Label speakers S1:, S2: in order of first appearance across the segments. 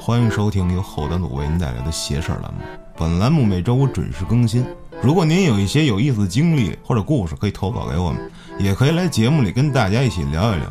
S1: 欢迎收听由后端组为您带来的“邪事儿”栏目。本栏目每周五准时更新。如果您有一些有意思的经历或者故事，可以投稿给我们，也可以来节目里跟大家一起聊一聊。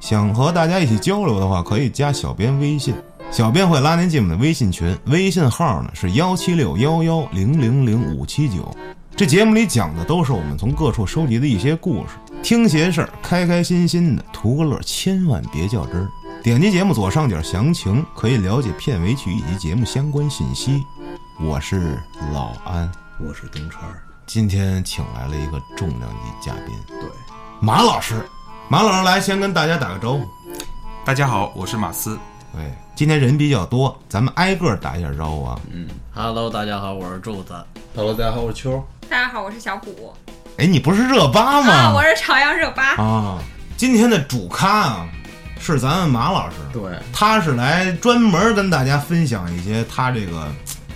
S1: 想和大家一起交流的话，可以加小编微信，小编会拉您进我们的微信群，微信号呢是幺七六幺幺零零零五七九。这节目里讲的都是我们从各处收集的一些故事，听邪事儿，开开心心的图个乐，千万别较真儿。点击节目左上角详情，可以了解片尾曲以及节目相关信息。我是老安，
S2: 我是东川儿，
S1: 今天请来了一个重量级嘉宾
S2: 对，
S1: 马老师。马老师来，先跟大家打个招呼。
S3: 大家好，我是马斯。
S1: 对，今天人比较多，咱们挨个儿打一下招呼啊。
S4: Hello，大家好，我是柱子。
S2: 哈喽，大家好，我是秋。
S5: 大家好，我是小谷
S1: 哎，你不是热巴吗？
S5: 啊，我是朝阳热巴。
S1: 啊，今天的主咖啊是咱们马老师，
S2: 对，
S1: 他是来专门跟大家分享一些他这个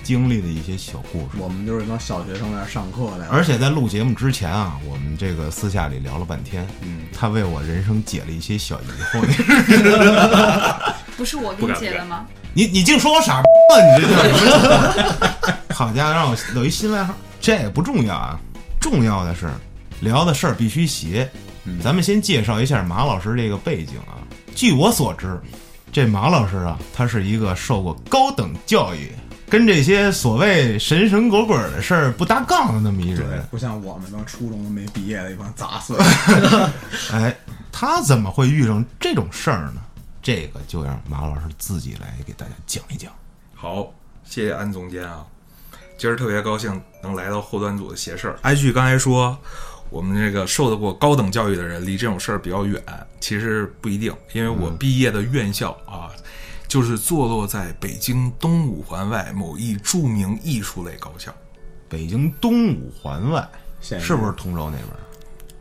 S1: 经历的一些小故事。
S2: 我们就是帮小学生来上课来，
S1: 而且在录节目之前啊，我们这个私下里聊了半天，嗯，他为我人生解了一些小疑惑。
S5: 不是我给
S3: 不
S5: 你
S3: 敢
S5: 解的吗？
S1: 你你净说我傻逼了，你这叫什么？ 好家伙，让我有一新外号，这也不重要啊，重要的是聊的事儿必须邪。
S2: 嗯
S1: 咱们先介绍一下马老师这个背景啊。据我所知，这马老师啊，他是一个受过高等教育，跟这些所谓神神鬼鬼的事儿不搭杠的那么一人。
S2: 对，不像我们那帮初中没毕业的一帮杂碎。
S1: 哎，他怎么会遇上这种事儿呢？这个就让马老师自己来给大家讲一讲。
S3: 好，谢谢安总监啊，今儿特别高兴能来到后端组的邪事儿。按据刚才说，我们这个受得过高等教育的人离这种事儿比较远，其实不一定，因为我毕业的院校啊，就是坐落在北京东五环外某一著名艺术类高校，
S1: 北京东五环外，
S2: 现在
S1: 是不是通州那边儿？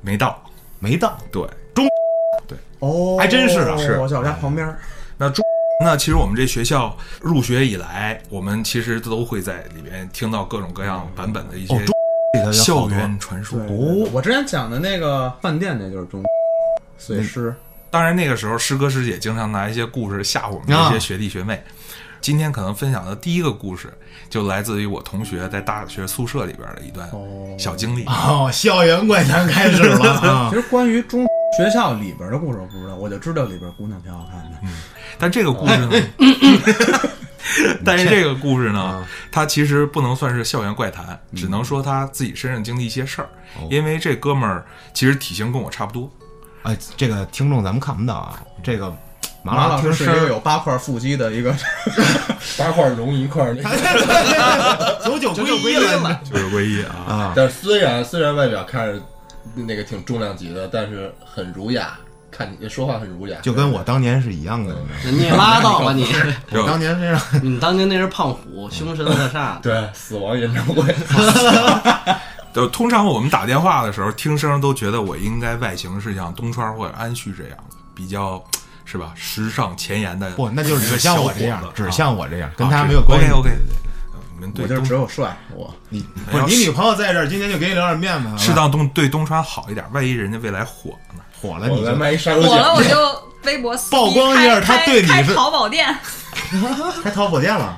S3: 没到。
S1: 没到，
S3: 对，
S2: 哦，
S1: 还真是啊
S3: 是
S2: 我在我家旁边儿。
S3: 那中那其实我们这学校入学以来，我们其实都会在里面听到各种各样版本的一
S1: 哦中
S3: 些
S1: 里头有好
S3: 校
S1: 多
S3: 园传说。
S2: 对，我之前讲的那个饭店，那就是中碎尸。
S3: 当然，那个时候师哥师姐经常拿一些故事吓唬我们这些学弟学妹。今天可能分享的第一个故事，就来自于我同学在大学宿舍里边的一段
S2: 哦
S3: 小经历。
S1: 哦，校园怪谈开始 了啊
S2: 其！实关于中学校里边的故事我不知道，我就知道里边姑娘挺好看的。
S3: 但这个故 事呢，但是这个故事呢，它其实不能算是校园怪谈，只能说他自己身上经历一些事儿。因为这哥们儿其实体型跟我差不多，
S1: 哎，这个听众咱们看不到啊，这个
S2: 马
S1: 老
S2: 老
S1: 师
S2: 师是
S1: 啊听
S2: 一个
S1: 声儿，
S2: 有八块腹肌的一个，
S6: 八块融一块那个。
S1: 九九归一了
S3: 就是唯一啊。
S1: 啊！
S6: 但是虽然虽然外表看着那个挺重量级的，但是很儒雅，看你说话很儒雅，
S1: 就跟我当年是一样的，你知道吗
S4: 你拉倒 吧你！
S3: 对
S1: 我当年身上
S4: 你当年那是胖虎，凶神恶煞。
S6: 对死亡演唱会，
S3: 就通常我们打电话的时候，听声都觉得我应该外形是像东川或者安旭这样的，比较是吧，时尚前沿的。
S1: 不，那就是只像我这样，只像我这样，跟他没有关系。
S3: OK OK，你们对
S2: 我就
S3: 东
S2: 只有帅我。
S1: 你不是
S3: 要
S1: 你
S3: 是
S1: 女朋友在这儿，今天就给你留点面子，好吧
S3: 适当东对东川好一点，万一人家未来火了呢？
S1: 火了
S6: 我
S1: 你
S6: 来
S1: 就
S6: 卖一沙
S5: 火
S6: 狗
S5: 了我
S6: 奖，
S5: 就微博撕逼
S1: 曝光一下
S5: 开
S1: 他
S5: 开
S1: 对你
S5: 开
S1: 是
S5: 淘宝店，
S1: 开淘宝店了。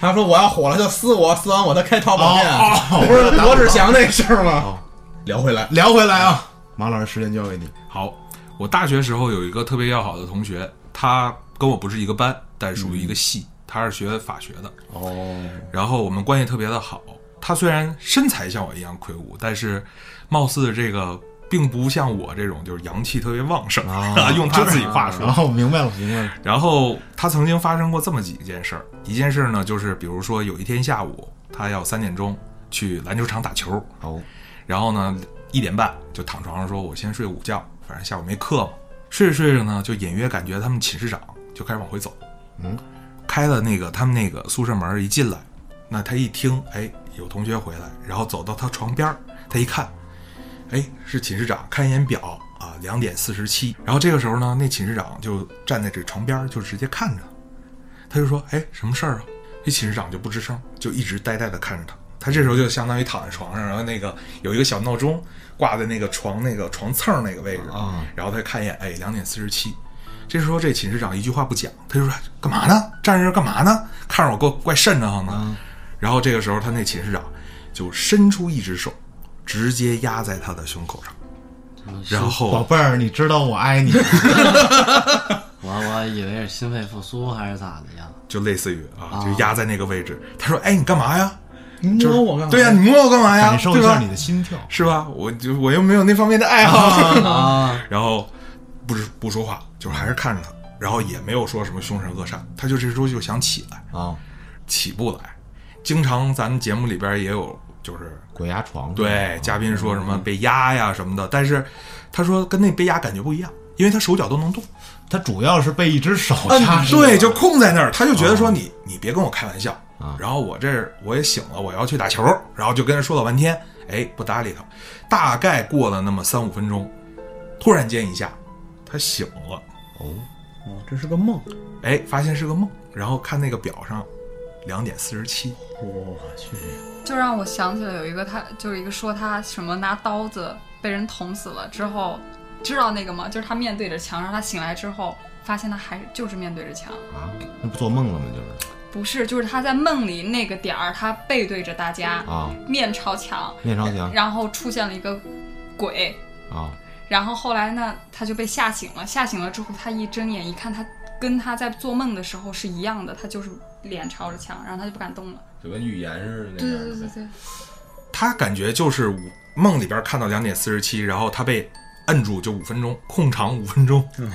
S2: 他说我要火了就撕我，撕完我再开淘宝店。
S1: 哦 哦
S2: 不是罗志祥那事儿吗？
S1: 哦
S2: 聊回来，
S1: 聊回来啊，马老师，时间交给你。
S3: 好，我大学时候有一个特别要好的同学，他跟我不是一个班，但属于一个系，他是学法学的。
S2: 哦，
S3: 然后我们关系特别的好。他虽然身材像我一样魁梧，但是貌似这个并不像我这种就是阳气特别旺盛
S1: 啊
S3: 用他自己话说
S1: 然。后哦明白了，明白了。
S3: 然后他曾经发生过这么几件事儿，一件事儿呢，就是比如说有一天下午，他要三点钟去篮球场打球，
S1: 哦，
S3: 然后呢一点半就躺床上说，我先睡午觉，反正下午没课嘛。睡着睡着呢，就隐约感觉他们寝室长就开始往回走，
S1: 嗯，
S3: 开了那个他们那个宿舍门儿一进来，那他一听，哎，有同学回来，然后走到他床边儿，他一看，哎，是寝室长，看一眼表啊，两点四十七。然后这个时候呢，那寝室长就站在这床边儿，就直接看着，他就说：“哎，什么事儿啊？”这寝室长就不吱声，就一直呆呆的看着他。他这时候就相当于躺在床上，然后那个有一个小闹钟挂在那个床那个床蹭儿那个位置
S1: 啊，
S3: 然后他看一眼，哎，两点四十七。这时候这寝室长一句话不讲，他就说干嘛呢？站这儿干嘛呢？看着我够怪瘆得慌的。然后这个时候他那寝室长就伸出一只手，直接压在他的胸口上，然
S1: 宝
S3: 后
S1: 贝儿，你知道我爱你。
S4: 我我以为是心肺复苏还是咋的呀？
S3: 就类似于啊，就压在那个位置。他说：“哎，你干嘛呀？
S2: 你
S3: 就是
S2: 摸我干嘛？
S3: 对呀、你摸我干嘛呀？
S1: 感受一下
S3: 啊对吧
S1: 你的心跳。
S3: 是吧？我就我又没有那方面的爱好。
S4: 啊，
S3: 然后不是不说话，就是还是看着他，然后也没有说什么凶神恶煞，他就这时候就想起来，
S1: 啊，
S3: 起不来。经常咱们节目里边也有，就是
S1: 鬼压床。
S3: 对嘉宾说什么被压呀什么的，但是他说跟那被压感觉不一样，因为他手脚都能动，
S1: 他主要是被一只手
S3: 嗯
S1: 掐，住了。
S3: 对，就空在那儿，他就觉得说你你别跟我开玩笑
S1: 啊。
S3: 然后我这儿我也醒了，我要去打球，然后就跟人说了半天，哎，不搭理他。大概过了那么三五分钟，突然间一下，他醒了，
S2: 哦，这是个梦。
S3: 哎，发现是个梦，然后看那个表上，两点四十七，
S2: 我去，
S5: 就让我想起了有一个他，就是一个说他什么拿刀子被人捅死了之后，知道那个吗？就是他面对着墙，然后他醒来之后发现他还是就是面对着墙，
S1: 啊，那不做梦了吗？就是
S5: 不是，就是他在梦里那个点儿，他背对着大家，
S1: 啊，
S5: 面朝墙，
S1: 面朝墙
S5: 然后出现了一个鬼，
S1: 啊，
S5: 然后后来呢，他就被吓醒了。吓醒了之后，他一睁眼一看，他跟他在做梦的时候是一样的，他就是脸朝着墙，然后他就不敢动了。
S6: 就跟预言似的那
S5: 对
S6: 样
S5: 对对
S6: 的
S5: 对
S6: 呗。
S5: 对，
S3: 他感觉就是五梦里边看到两点四十七，然后他被摁住就五分钟，空场五分钟。
S1: 嗯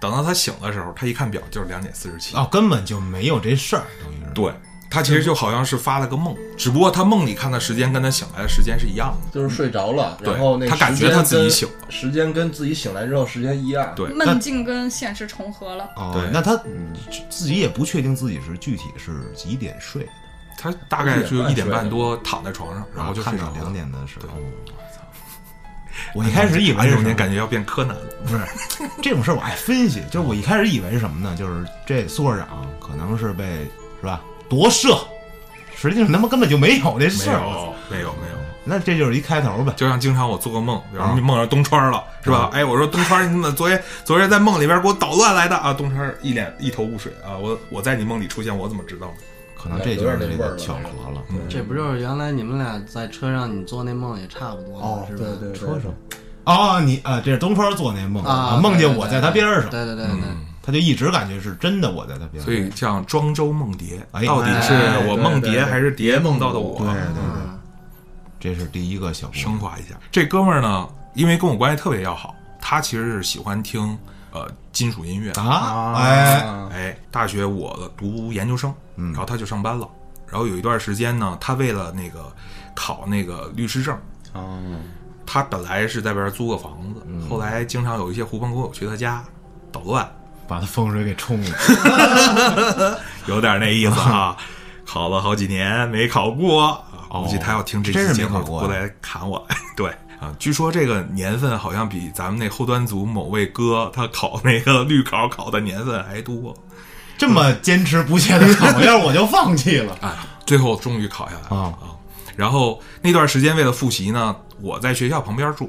S3: 等到他醒的时候，他一看表就是两点四十七。
S1: 哦，根本就没有这事儿，等于是。
S3: 对他其实就好像是发了个梦，只不过他梦里看的时间跟他醒来的时间是一样的。
S6: 就是睡着了，
S3: 对
S6: 然后那
S3: 他感觉
S6: 时间
S3: 他自己
S6: 跟
S3: 醒了
S6: 时间跟自己醒来之后时间一样。
S3: 对
S5: 梦境跟现实重合了。
S1: 哦
S3: 对，
S1: 那他嗯自己也不确定自己是具体是几点睡的，
S3: 他大概就一
S6: 一
S3: 点
S6: 点
S3: 半
S6: 半睡
S3: 多躺在床上，然后就睡
S1: 看
S3: 着
S1: 到
S3: 了。
S1: 两点的时候
S3: 对，
S1: 我操！我一开始以为
S3: 安
S1: 是什
S3: 总
S1: 么
S3: 监感觉要变柯南了，
S1: 不是这种事儿，我爱分析。 就是我一开始以为是什么呢？就是这宿舍长可能是被是吧夺舍，实际上他妈根本就没有这
S3: 没
S1: 事儿。
S3: 有没有没有，
S1: 那这就是一开头呗。
S3: 就像经常我做个梦，然后
S1: 啊
S3: 梦着东川了，是吧？哎，我说东川，你怎么昨天昨天在梦里边给我捣乱来的啊？东川一脸一头雾水啊，我我在你梦里出现，我怎么知道呢？
S1: 可能这就是这个巧
S6: 有点
S1: 合了。
S4: 这不就是原来你们俩在车上你做那梦也差不多吗？
S2: 哦，
S4: 是
S2: 对
S4: 吧？
S2: 对对，
S1: 车上哦，你啊，这是东川做那梦
S4: 啊，
S1: 梦见
S4: 对
S1: 我
S4: 对
S1: 在他边儿上，嗯
S4: 对对对对，
S1: 他就一直感觉是真的我在他边
S3: 所
S1: 上。
S3: 以像庄周梦蝶，
S1: 哎
S3: 到底是
S1: 哎
S3: 我梦
S2: 对对
S3: 蝶
S2: 对
S3: 还是蝶梦到的
S1: 对
S3: 我？
S1: 对对，这是第一个小故事
S3: 升华一下。这哥们儿呢，因为跟我关系特别要好，他其实是喜欢听呃金属音乐。
S1: 啊，
S2: 啊，
S1: 哎，
S3: 哎，大学我读研究生，然后他就上班了。然后有一段时间呢，他为了那个考那个律师证，
S2: 啊，
S3: 他本来是在外边租个房子，后来经常有一些狐朋狗友去他家捣乱，
S1: 把他风水给冲了。
S3: 有点那意思 啊。考了好几年没考过，啊
S1: 哦
S3: 估计他要听这
S1: 真是
S3: 期节
S1: 没考
S3: 目
S1: 过
S3: 过来砍我。 对啊，据说这个年份好像比咱们那后端组某位哥他考那个 绿考考的年份还多。
S1: 这么坚持不懈的考，要是我就放弃了。
S3: 哎，最后终于考下来了
S1: 啊
S3: 啊！然后那段时间为了复习呢，我在学校旁边住，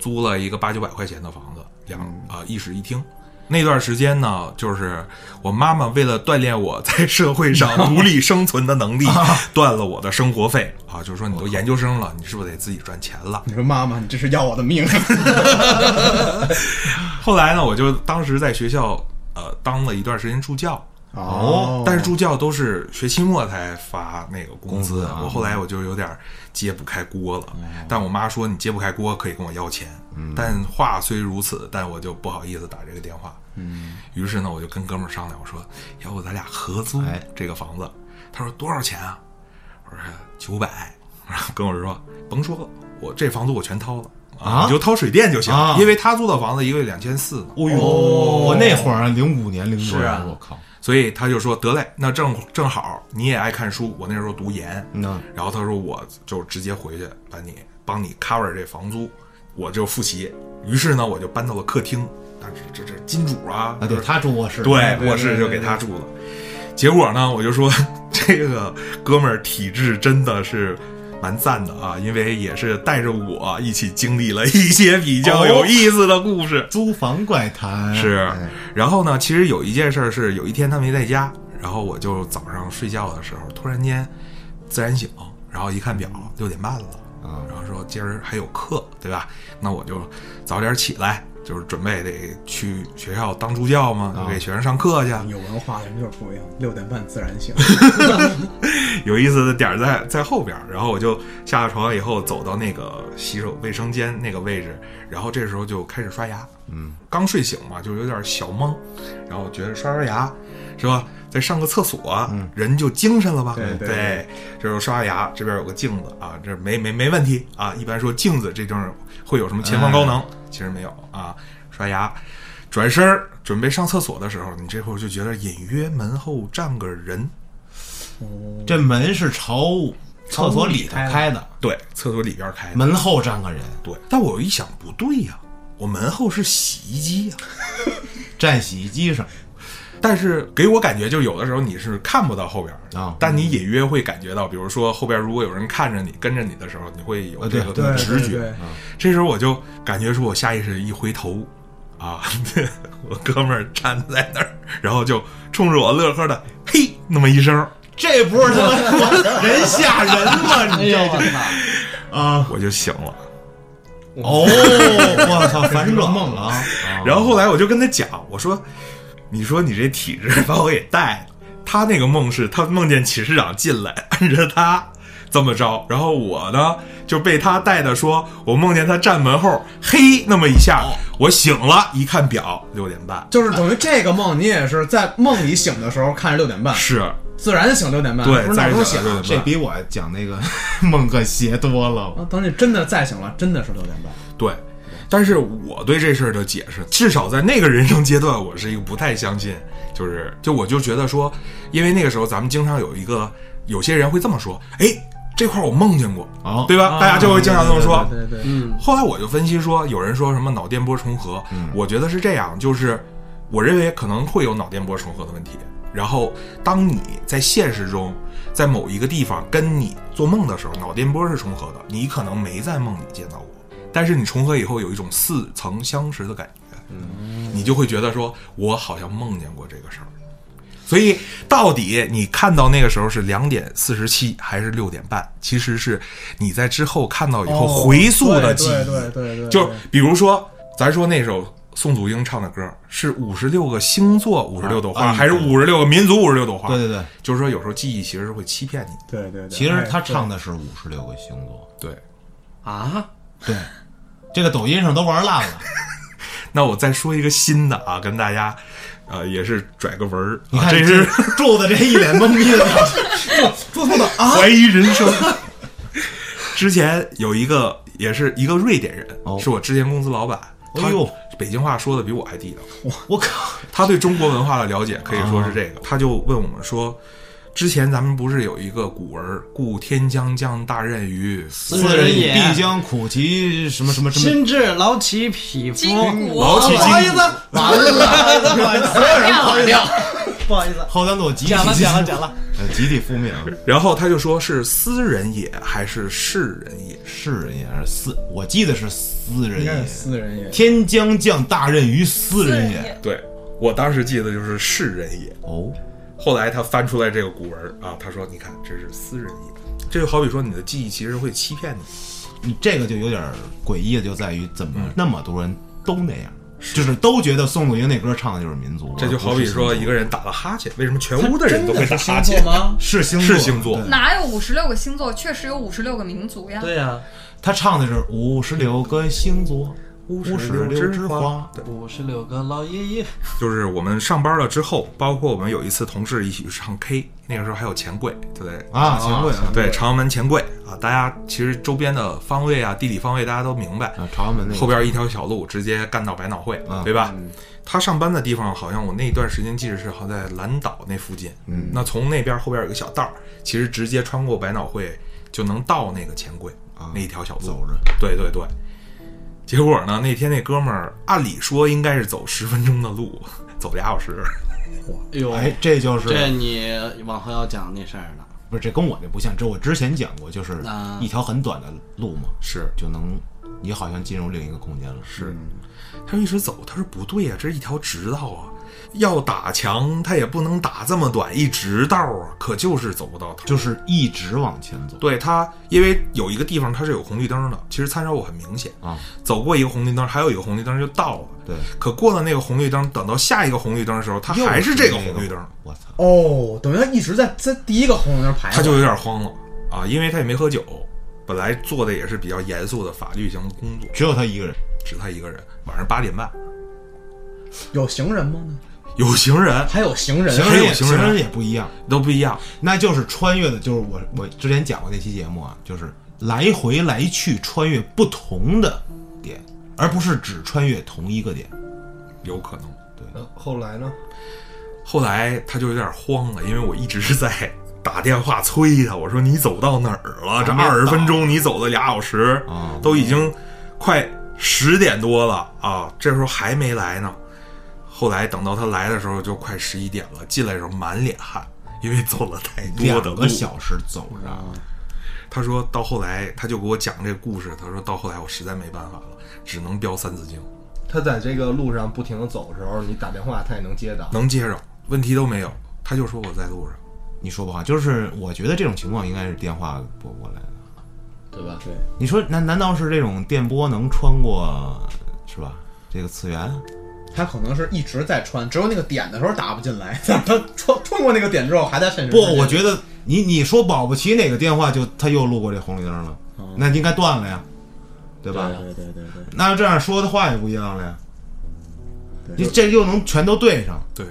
S3: 租了一个八九百块钱的房子，两啊、一室一厅。那段时间呢，就是我妈妈为了锻炼我在社会上独立生存的能力，断了我的生活费啊，就是说你都研究生了，你是不是得自己赚钱了？
S2: 你说妈妈，你这是要我的命？
S3: 后来呢，我就当时在学校呃当了一段时间助教，
S2: 哦
S3: 但是助教都是学期末才发那个工
S1: 工资啊哦
S3: 我后来我就有点揭不开锅了。但我妈说你揭不开锅可以跟我要钱，
S1: 嗯
S3: 但话虽如此，但我就不好意思打这个电话。嗯，于是呢，我就跟哥们儿商量，我说要不咱俩合租
S1: 哎
S3: 这个房子？他说多少钱啊？我说九百。然后跟我说甭说了，我这房租我全掏了。
S1: 啊
S3: 你就掏水电就行，
S1: 啊
S3: 因为他租的房子一个月两千四，
S1: 哦呦，我那会儿零五年、零六
S4: 是
S1: 年，
S4: 啊
S1: 我靠，
S3: 所以他就说得嘞，那正正好你也爱看书，我那时候读研，
S1: 那
S3: 然后他说我就直接回去把你帮你 cover 这房租，我就复习。于是呢，我就搬到了客厅，但是这这金主啊，
S1: 啊，对他住卧室，
S3: 对
S2: 对
S3: 卧室就给他住 了。结果呢，我就说这个哥们儿体质真的是蛮赞的啊，因为也是带着我一起经历了一些比较有意思的故事。
S1: 租房怪谈
S3: 是
S1: 哎，
S3: 然后呢，其实有一件事儿是，有一天他没在家，然后我就早上睡觉的时候突然间自然醒，然后一看表六点半了，
S1: 啊
S3: 然后说今儿还有课，对吧？那我就早点起来，就是准备得去学校当助教嘛，
S1: 啊
S3: 就给学生上课去。
S2: 有文化人就是不一样，六点半自然醒。
S3: 有意思的点儿在在后边儿，然后我就下了床以后走到那个洗手卫生间那个位置，然后这时候就开始刷牙，嗯，刚睡醒嘛，就有点小懵，然后觉得刷刷牙是吧，再上个厕所、人就精神了吧？
S2: 嗯对对
S3: 对，这时候刷牙，这边有个镜子啊，这没没没问题啊，一般说镜子这地方会有什么前方高能，
S2: 哎
S3: 其实没有啊，刷牙。转身儿准备上厕所的时候，你这会儿就觉得隐约门后站个人，
S1: 这门是朝厕所里头开的，
S3: 对，厕所里边儿开的，
S1: 门后站个人，
S3: 对，但我一想不对呀、我门后是洗衣机呀、
S1: 站洗衣机上，
S3: 但是给我感觉，就有的时候你是看不到后边儿
S1: 啊
S3: 但你隐约会感觉到，比如说后边如果有人看着你、跟着你的时候，你会有
S1: 啊
S3: 这
S1: 对
S3: 个
S2: 对
S3: 直觉。
S2: 对对
S3: 这时候我就感觉说，我下意识一回头，啊， 我哥们儿站在那儿，然后就冲着我乐呵的嘿那么一声，
S1: 这不是他妈人吓人吗？
S4: 哎
S1: 你
S4: 呦
S1: 这
S4: 我操！
S1: 啊
S3: 我就醒了。
S1: 哦，我操，反转梦了啊！
S3: 然后后来我就跟他讲，我说：“你说你这体质把我给带了。”他那个梦是他梦见寝室长进来， 按着他这么着，然后我呢就被他带的说，我梦见他站门后，嘿那么一下，我醒了，一看表六点半，
S2: 就是等于这个梦，你也是在梦里醒的时候看着六点半，
S3: 是
S2: 自然醒六点半，
S3: 对，
S2: 不是闹钟
S3: 再
S2: 醒
S3: 醒了
S2: 啊。
S3: 六
S1: 这
S3: 点半
S1: 比我讲那个 梦可邪多了。
S2: 等你真的再醒了，真的是六点半。
S3: 对。但是我对这事儿的解释，至少在那个人生阶段，我是一个不太相信，就是就我就觉得说，因为那个时候咱们经常有一个有些人会这么说，哎，这块儿我梦见过，
S1: 哦，
S3: 对吧？大家就会经常这么说。
S2: 啊对对对对，
S4: 嗯，
S3: 后来我就分析说，有人说什么脑电波重合，我觉得是这样，就是我认为可能会有脑电波重合的问题。然后，当你在现实中，在某一个地方跟你做梦的时候，脑电波是重合的，你可能没在梦里见到我，但是你重合以后有一种似曾相识的感觉，你就会觉得说，我好像梦见过这个事儿。所以到底你看到那个时候是两点四十七还是六点半？其实是你在之后看到以后
S2: 哦
S3: 回溯的记
S2: 对
S3: 忆。
S2: 对对对对，
S3: 就是比如说，咱说那首宋祖英唱的歌是五十六个星座五十六朵花，
S1: 啊
S3: 还是五十六个民族五十六朵花？
S1: 对对对，
S3: 就是说有时候记忆其实是会欺骗你的。
S2: 对对对，
S1: 其实他
S2: 哎
S1: 唱的是五十六个星座，
S3: 对，
S4: 啊，
S1: 对，这个抖音上都玩烂了。
S3: 那我再说一个新的啊，跟大家，呃，也是拽个文儿，
S1: 你
S3: 啊
S1: 看
S3: 这是
S1: 柱子这一脸懵逼的表情，
S2: 做错的啊，
S3: 怀疑人生。之前有一个也是一个瑞典人，
S1: 哦
S3: 是我之前公司老板。他
S1: 哎呦
S3: 北京话说的比我还地道。
S1: 我靠！
S3: 他对中国文化的了解可以说是这
S1: 哦
S3: 个。他就问我们说，之前咱们不是有一个古文儿“故天将降大任于斯
S4: 斯人也
S1: 必将苦其什么什么什么，
S4: 心智劳其 匹夫，
S5: 筋骨
S3: 劳其
S4: 不好意
S3: 筋
S4: 思
S3: 骨，
S4: 完了，不好意思，所有人不好意思，不好意思，
S1: 后端组集体
S4: 讲了讲了讲了，
S1: 呃集体负面啊，”，
S3: 然后他就说是“斯人也”还是“世人也
S1: 是人也还是私？我记得是私人
S2: 应该
S1: 也
S2: 是。私人也
S1: 天将降大任于斯人
S5: 私人
S1: 也
S5: 也。”。
S3: 对我当时记得就是“世人也
S1: 哦，”。
S3: 后来他翻出来这个古文儿啊，他说：“你看，这是“斯人也”，这就好比说你的记忆其实会欺骗你。
S1: 你这个就有点诡异的，就在于怎么那么多人都那样，就是都觉得宋祖英那歌唱的就是民族。
S3: 这就好比说一个人打了哈欠，为什么全屋的人都会打哈
S2: 做
S3: 欠？
S2: 吗？
S1: 是星
S3: 是星座
S1: 对
S5: 哪有五十六个星座？确实有五十六个民族呀。
S4: 对呀，
S1: 他唱的是五十六个星座，五十六枝花。
S4: 五十六个老爷爷，
S3: 就是我们上班了之后，包括我们有一次同事一起去唱 K，那个时候还有钱柜，对不对？
S1: 啊，行贵啊，
S3: 对，朝阳门钱柜啊，大家其实周边的方位啊、地理方位大家都明白，
S1: 啊，朝阳门那个
S3: 后边一条小路直接干到百脑汇，
S1: 啊
S3: 对吧？他上班的地方好像我那段时间记得是好像在蓝岛那附近，嗯，那从那边后边有个小道儿，其实直接穿过百脑汇就能到那个钱柜
S1: 啊
S3: 那一条小路，
S1: 走着，
S3: 对对对。结果呢，那天那哥们儿按理说应该是走十分钟的路，走俩小时，
S4: 哎呦，
S1: 哎，这就是
S4: 这你往后要讲那事儿了，
S1: 不是这跟我这不像，这我之前讲过，就是
S4: 啊
S1: 一条很短的路嘛，
S3: 是
S1: 就能你好像进入另一个空间了。嗯是，
S3: 他就一直走，他说不对呀、这是一条直道啊，要打墙他也不能打这么短一直道啊，可就是走不到头。
S1: 就是一直往前走。
S3: 对他，因为有一个地方它是有红绿灯的，其实参照物很明显
S1: 啊，
S3: 走过一个红绿灯，还有一个红绿灯就到了。
S1: 对，
S3: 可过了那个红绿灯，等到下一个红绿灯的时候，他还是这个红绿灯，
S1: 我操！
S2: 哦，等于他一直在在第一个红绿灯排，
S3: 他就有点慌了啊，因为他也没喝酒，本来做的也是比较严肃的法律型的工作，
S1: 只有他一个人，
S3: 只他一个人。晚上八点半，
S2: 有行人吗？
S3: 有行人
S2: 还有行人，啊
S1: 行
S3: 还
S1: 人
S3: 有
S1: 也
S3: 行
S1: 行
S3: 人啊
S1: 人也不一样，
S3: 都不一样，
S1: 那就是穿越的，就是我我之前讲过那期节目啊，就是来回来去穿越不同的点，而不是只穿越同一个点。
S3: 有可能。
S6: 呃后来呢？
S3: 后来他就有点慌了，因为我一直是在打电话催他，我说你走到哪儿了？这
S1: 还没
S3: 二十
S1: 到
S3: 分钟你走了俩小时，
S1: 啊
S3: 都已经快十点多了啊，这时候还没来呢。后来等到他来的时候，就快十一点了。进来的时候满脸汗，因为走了太多的
S1: 两
S3: 路
S1: 个。小时走
S3: 啊
S1: 着，
S3: 他说到后来，他就给我讲这个故事。他说到后来，我实在没办法了，只能标《三字经》，
S6: 他在这个路上不停的走的时候，你打电话他也能接到。
S3: 能接着，问题都没有。他就说我在路上。
S1: 你说不好，就是我觉得这种情况应该是电话拨过来的。
S6: 对吧？
S2: 对，
S1: 你说难难道是这种电波能穿过是吧？这个次元？
S2: 他可能是一直在穿，只有那个点的时候打不进来， 但他穿穿过那个点之后还在现实
S1: 不
S2: 世界。，
S1: 我觉得你你说保不齐哪个电话就他又路过这红绿灯了，那应该断了呀，哦对啊吧？
S2: 对对对对，
S1: 那这样说的话也不一样了呀。
S2: 对
S1: 你这又能全都对上。
S3: 对，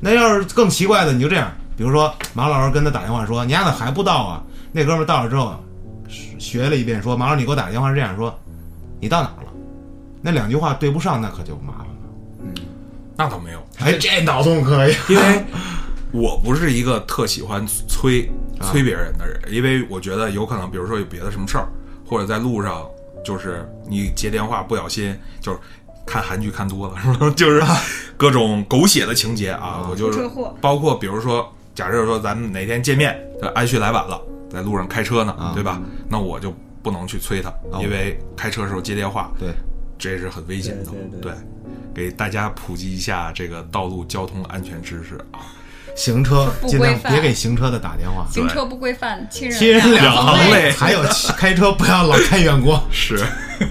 S1: 那要是更奇怪的，你就这样，比如说马老师跟他打电话说：“你丫的还不到啊？”那哥们儿到了之后，学了一遍说：“马老师，你给我打电话是这样说，你到哪儿了？”那两句话对不上，那可就麻烦了。
S3: 那倒没 有，
S1: 哎，这脑洞可以。
S3: 因为我不是一个特喜欢催
S5: 啊
S3: 催别人的人，因为我觉得有可能，比如说有别的什么事儿，或者在路上，就是你接电话不小心，就是看韩剧看多了，是吧？就是各种狗血的情节啊，我就是
S5: 啊出车祸
S3: 包括比如说，假设说咱们哪天见面，呃安旭来晚了，在路上开车呢，
S2: 啊
S3: 对吧？那我就不能去催他，因为开车的时候接电话，
S1: 对，
S3: 这是很危险的。
S2: 对对对
S3: 给大家普及一下这个道路交通安全知识啊。
S1: 行车
S5: 不
S1: 尽量
S5: 规范
S1: 别给行车的打电话。
S5: 行车不规范，亲人
S1: 亲人
S5: 两
S1: 两
S3: 行
S1: 行
S3: 泪
S1: 泪，还有骑开车不要老开远光。
S3: 是，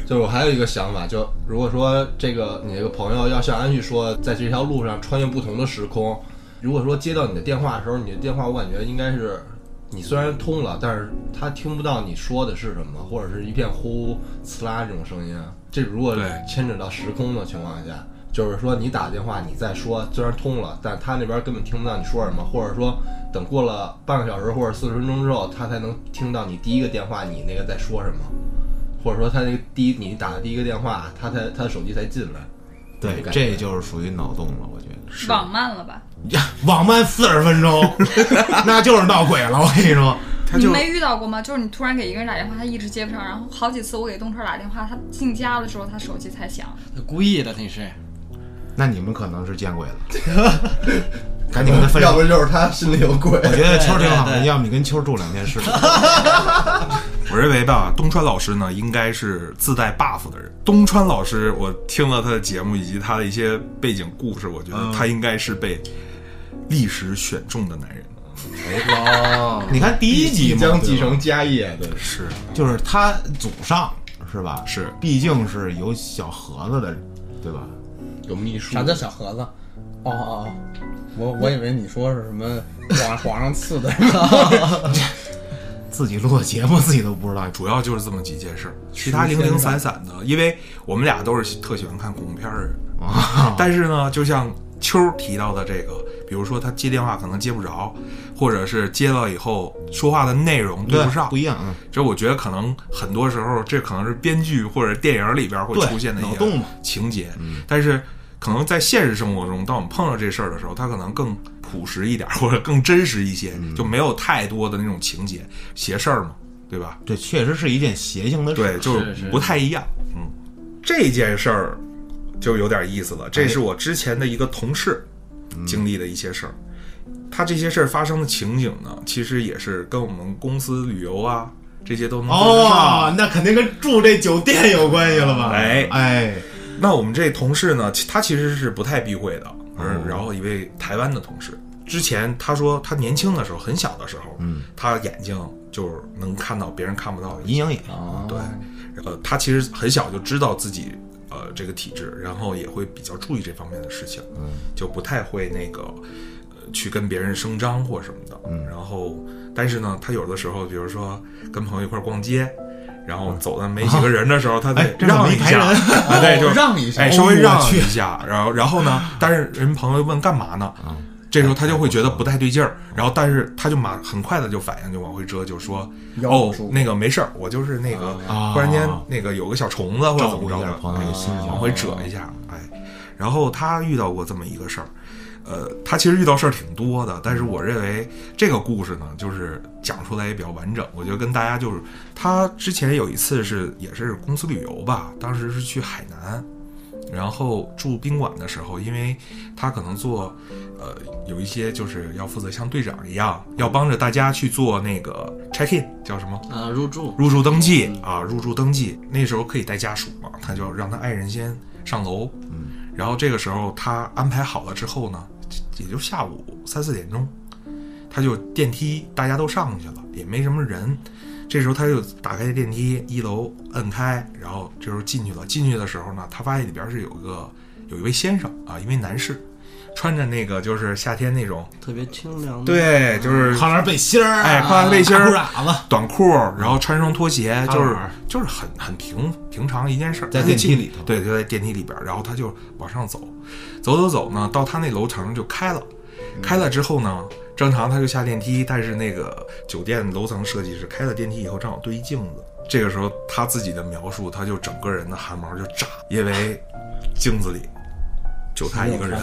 S6: 就是我还有一个想法，就如果说这个你这个朋友要像安旭说，在这条路上穿越不同的时空，如果说接到你的电话的时候，你的电话我感觉应该是你虽然通了，但是他听不到你说的是什么，或者是一片呼呲啦这种声音。啊这如 果
S3: 对
S6: 牵扯到时空的情况下，就是说你打电话你再说，虽然通了，但他那边根本听不到你说什么，或者说等过了半个小时或者四十分钟之后，他才能听到你第一个电话你那个在说什么。或者说他那个第一你打的第一个电话，他才他的手机才进来。
S1: 对，这就是属于脑洞了，我觉 得。
S5: 网慢了吧？
S1: 呀，网慢四十分钟， 那就是闹鬼了。我跟你说，
S3: 他
S5: 你
S3: 就
S5: 没遇到过吗？就是你突然给一个人打电话，他一直接不上，然后好几次我给动车打电话，他进家了之后他手机才响。
S4: 故意的那是。
S1: 那你们可能是见鬼 了。赶紧跟他分手
S6: 要。不就是他心里有鬼。
S1: 我觉得秋儿挺好
S4: 对
S1: 的，
S4: 对
S1: 要不你跟秋儿住两天 试试。
S3: 我认为吧，东川老师呢应该是自带 buff 的人。东川老师，我听了他的节目以及他的一些背景故事，我觉
S2: 嗯
S3: 得他应该是被历史选中的男人。
S4: 哦，
S1: 你看第一集
S6: 即
S1: 嘛，
S6: 将
S1: 对吧
S6: 继承家业，对，
S3: 是
S1: 就是他祖上是吧？
S3: 是
S1: 毕竟是有小盒子的，对吧？
S6: 有秘书
S2: 啥。叫小盒子？哦哦哦，我我以为你说是什么 皇皇上赐的，
S1: 自己录的节目自己都不知道。
S3: 主要就是这么几件事儿，其他零零散散的。因为我们俩都是特喜欢看恐怖片儿的人，
S1: 啊
S3: 但是呢，就像秋儿提到的这个，比如说他接电话可能接不着，或者是接了以后说话的内容对不上，
S1: 不一样，嗯
S3: 这我觉得可能很多时候，这可能是编剧或者电影里边会
S1: 对
S3: 出现的一
S1: 脑
S3: 些
S1: 洞嘛嗯
S3: 情节，但是可能在现实生活中，当我们碰到这事儿的时候，它可能更朴实一点，或者更真实一些，
S1: 嗯
S3: 就没有太多的那种情节邪事儿嘛，对吧？
S1: 这确实是一件邪性的事。
S3: 对，就是
S4: 是
S3: 不太一样。嗯，这件事儿就有点意思了，这是我之前的一个同事经历的一些事儿。他这些事儿发生的情景呢，其实也是跟我们公司旅游啊这些都能对得上。
S1: 哦，那肯定跟住这酒店有关系了吧？
S3: 哎
S1: 哎，
S3: 那我们这同事呢，其他其实是不太避讳的。而然后一位台湾的同事，之前他说他年轻的时候，很小的时候，嗯，他眼睛就是能看到别人看不到的
S1: 阴啊阳眼，
S3: 对，呃，他其实很小就知道自己呃这个体质，然后也会比较注意这方面的事情，嗯，就不太会那个呃去跟别人声张或什么的，嗯，然后但是呢，他有的时候，比如说跟朋友一块儿逛街。然后走的没几个人的时候，他
S1: 嗯哎
S3: 得
S1: 这怎么
S3: 让
S1: 没
S3: 一
S1: 排
S3: 下，
S1: 人
S3: 啊，对，就
S2: 让一下
S3: 哎，稍微
S1: 哦
S3: 让
S1: 我去
S3: 一下，然后然 后呢，但是人朋友问干嘛呢？
S1: 啊
S3: 这时候他就会觉得不太对劲儿，然后但是他就马很快的就反应就往回折，就说
S2: 腰不
S3: 哦
S2: 舒服
S3: 那个没事儿，我就是那个
S1: 啊
S3: 忽然间那个有个小虫子或者怎么
S1: 照
S3: 着
S1: 顾一
S3: 的
S1: 下，朋友
S3: 哎
S1: 的心情嗯
S3: 往回折一下，哎，然后他遇到过这么一个事儿。呃，他其实遇到事儿挺多的，但是我认为这个故事呢，就是讲出来也比较完整。我觉得跟大家就是，他之前有一次是也是公司旅游吧，当时是去海南，然后住宾馆的时候，因为他可能做，呃，有一些就是要负责像队长一样，要帮着大家去做那个 check in，叫什么
S4: 啊，入住
S3: 入住登记啊，入住登记。那时候可以带家属嘛，他就让他爱人先上楼，嗯，然后这个时候他安排好了之后呢，也就下午三四点钟，他就电梯大家都上去了，也没什么人。这时候他就打开电梯，一楼摁开，然后这时候进去了。进去的时候呢，他发现里边是有一个有一位先生啊，一位男士，穿着那个就是夏天那种，
S4: 特别清凉的，，
S3: 对，就是
S1: 跨栏背心儿，啊
S3: 哎跨栏背心儿
S1: 大裤衩子，
S3: 短裤，然后穿双拖鞋，就
S1: 哈
S3: 是
S1: 玩儿
S3: 就是很很平平常一件事儿，
S1: 啊在
S3: 他就
S1: 电梯
S3: 进
S1: 里头
S3: 对，就在电梯里边儿，然后他就往上走，走走走呢，到他那楼层就开了，
S1: 嗯
S3: 开了之后呢，正常他就下电梯，但是那个酒店楼层设计是开了电梯以后正好对一镜子，这个时候他自己的描述，他就整个人的汗毛就炸，因为镜子里就他一个人，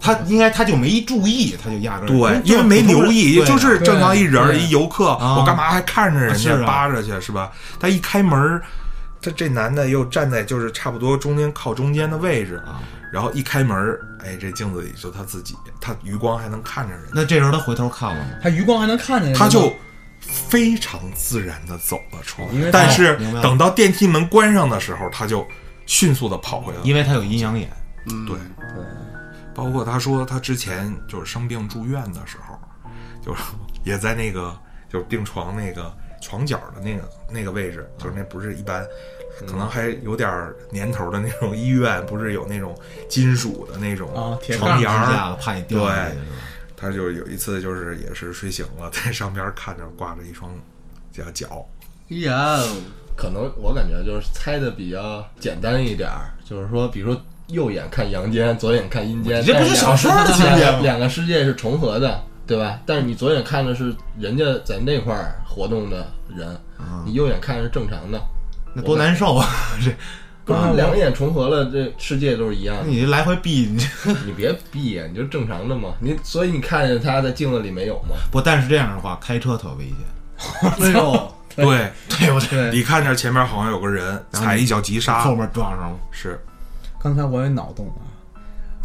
S1: 他应该他就没注意，他就压根儿
S3: 对，因为没留意，
S1: 对啊
S3: 就是正常一人儿
S1: 对
S3: 一游客，
S1: 啊
S3: 我干嘛还看着人
S1: 是
S3: 家
S1: 啊
S3: 扒着去是吧？他一开门儿，他这男的又站在就是差不多中间靠中间的位置，
S1: 啊
S3: 然后一开门儿，哎，这镜子里就他自己，他余光还能看着人家，
S1: 那这时候他回头看了吗？
S2: 他余光还能看见人
S3: 他
S2: 吗
S3: 就。非常自然的走了出
S2: 因为
S3: 来，
S2: 他
S3: 但是
S1: 明白了
S3: 等到电梯门关上的时候，他就迅速的跑回来了。
S1: 因为他有阴阳眼，
S3: 对，
S1: 嗯
S3: 包括他说他之前就是生病住院的时候，就是也在那个 就是病床那个床角的那个那个位置，
S1: 嗯
S3: 就是那不是一般，可能还有点儿年头的那种医院，不是有那种金属的那种
S2: 啊铁
S3: 床
S1: 支
S3: 沿儿，
S1: 架了，怕你掉下去
S3: 对
S1: 是吧？
S3: 他就有一次就是也是睡醒了，在上边看着挂着一双假脚，
S4: 有
S6: 可能我感觉就是猜的比较简单一点儿，就是说，比如说右眼看阳间，左眼看阴间，
S1: 这不是小说的情
S6: 但
S1: 节
S6: 是两个
S1: 吗？
S6: 两个世界是重合的，对吧？但是你左眼看的是人家在那块儿活动的人，你右眼看的是正常的，
S1: 那多难受 啊！这
S6: 不是两个眼重合了，这世界都是一样的。
S1: 你这来回避，你这
S6: 你别闭眼，你就正常的嘛。你所以你看见他在镜子里没有吗？
S1: 不，但是这样的话，开车特危险。
S4: 哎呦，
S3: 对
S1: 对不对？
S3: 你看着前面好像有个人
S1: 然后
S3: 踩一脚急刹
S1: 后，面撞上了，
S3: 是
S2: 刚才我有一脑洞啊，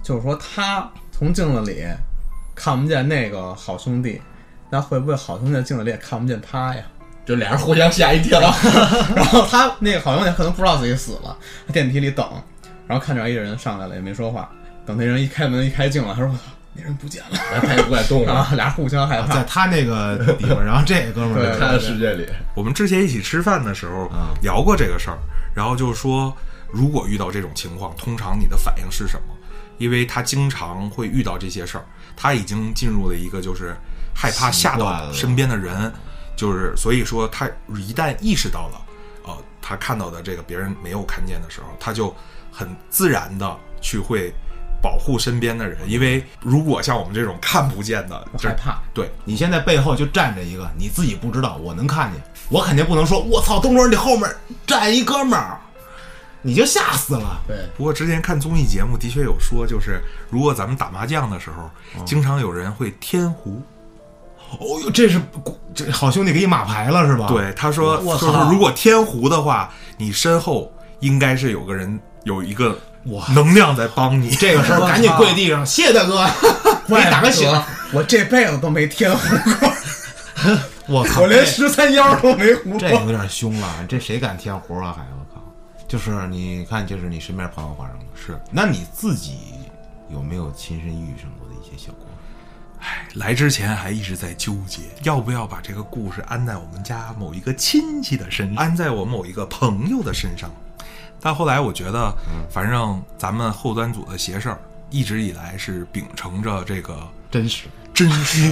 S2: 就是说他从镜子里看不见那个好兄弟，那会不会好兄弟在镜子里也看不见他呀？
S6: 就俩人互相吓一跳，
S2: 然后他那个好兄弟可能不知道自己死了，在电梯里等，然后看着一人上来了也没说话，等那人一开门一开镜了，他说我操，那人不见 了，
S6: 然后他也不敢动
S2: 然
S6: 了，
S2: 后俩人互相害怕
S6: 啊
S1: 在。他那个地方，然后这哥们儿
S2: 对
S1: 就
S6: 他的世界里。
S3: 我们之前一起吃饭的时候
S1: 啊
S3: 聊过这个事儿，然后就说，如果遇到这种情况，通常你的反应是什么？因为他经常会遇到这些事儿，他已经进入了一个就是害怕吓
S1: 习惯
S3: 到
S1: 了
S3: 身边的人，就是所以说他一旦意识到了，呃，他看到的这个别人没有看见的时候，他就很自然的去会保护身边的人，因为如果像我们这种看不见的，
S2: 我
S3: 就
S2: 害怕，
S3: 对，
S1: 你现在背后就站着一个，你自己不知道，我能看见，我肯定不能说，我操，东庄你后面站一哥们儿，你就吓死了。
S2: 对，
S3: 不过之前看综艺节目的确有说，就是如果咱们打麻将的时候，
S4: 嗯
S3: 经常有人会天胡。
S1: 哦呦，这是这好兄弟给你码牌了是吧？，
S3: 对，他说，
S4: 啊我
S3: 就
S4: 操
S3: 是如果天胡的话，你身后应该是有个人有一个
S1: 哇，
S3: 能量在帮你。
S1: 这个事儿赶紧跪地上，谢谢大 哥，给
S6: 哎
S1: 你打个醒。
S2: 怪不得 我这辈子都没天胡 过，
S1: 我靠，
S2: 我连
S1: 这
S2: 十三幺都没胡
S1: 这
S2: 过。
S1: 有点凶了，这谁敢添活啊？还我靠，就是你看，这是你身边朋友发生的，
S3: 是，
S1: 那你自己有没有亲身遇上过的一些小故事？
S3: 来之前还一直在纠结，要不要把这个故事安在我们家某一个亲戚的身上，安在我某一个朋友的身上。但后来我觉得，
S4: 嗯
S3: 反正咱们后端组的邪事儿一直以来是秉承着这个
S4: 真实。
S3: 真实，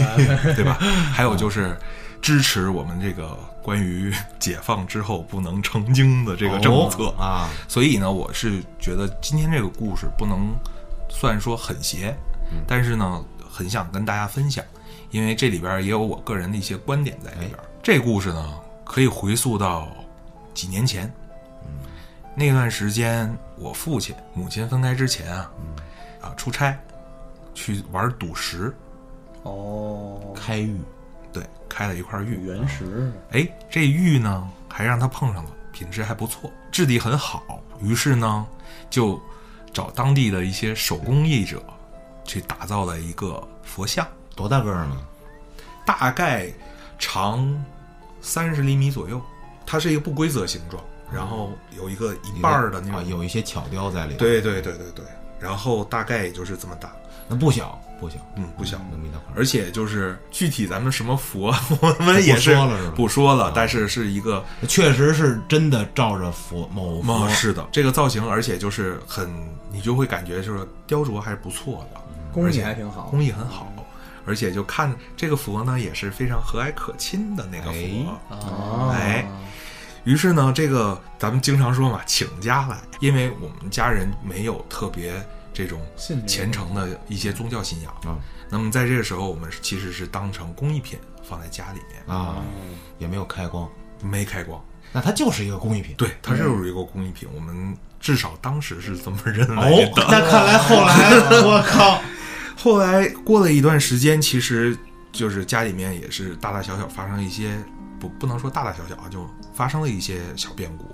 S3: 对吧？还有就是支持我们这个关于解放之后不能成精的这个政策
S1: 哦啊，
S3: 所以呢，我是觉得今天这个故事不能算说很邪，但是呢，很想跟大家分享，因为这里边也有我个人的一些观点在里边。这故事呢，可以回溯到几年前，那段时间我父亲、母亲分开之前啊，啊出差去玩赌石，
S2: 哦，
S1: 开狱，
S3: 对，开了一块玉，
S2: 原石
S3: 哎，这玉呢还让他碰上了，品质还不错，质地很好。于是呢，就找当地的一些手工艺者去打造了一个佛像，
S1: 多大个儿呢？
S3: 大概长三十厘米左右，它是一个不规则形状，然后有一个一半儿的那
S1: 啊，
S3: 种，
S1: 有嗯一些巧雕在里头。，
S3: 对对对对对，然后大概也就是这么大，
S1: 那不小不小，
S3: 嗯，不小。
S1: 能比大块儿。
S3: 而且就是具体咱们什么佛， 我们也是
S1: 不说了是吧啊
S3: 不说了，但是是一个
S1: 确实是真的照着佛某佛
S3: 嘛，啊是的，这个造型，而且就是很，你就会感觉就是雕琢还是不错的，
S2: 工艺还挺好。
S3: 工艺很好，而且就看这个佛呢也是非常和蔼可亲的那个佛，
S2: 啊
S4: 哦，
S3: 哎于是呢，这个咱们经常说嘛，请家来，因为我们家人没有特别这种
S2: 信这个
S3: 虔诚的一些宗教信仰，
S1: 嗯
S3: 那么在这个时候，我们其实是当成工艺品放在家里面，
S1: 啊，
S3: 嗯
S1: 也没有开光，
S3: 没开光，
S1: 那它就是一个工艺品。哦
S3: 对，它就是一个工艺品，我们至少当时是这么认为
S1: 哦
S3: 的。，
S1: 那看来后 来我靠，
S3: 后来过了一段时间，其实就是家里面也是大大小小发生一些不不能说大大小小啊，就发生了一些小变故。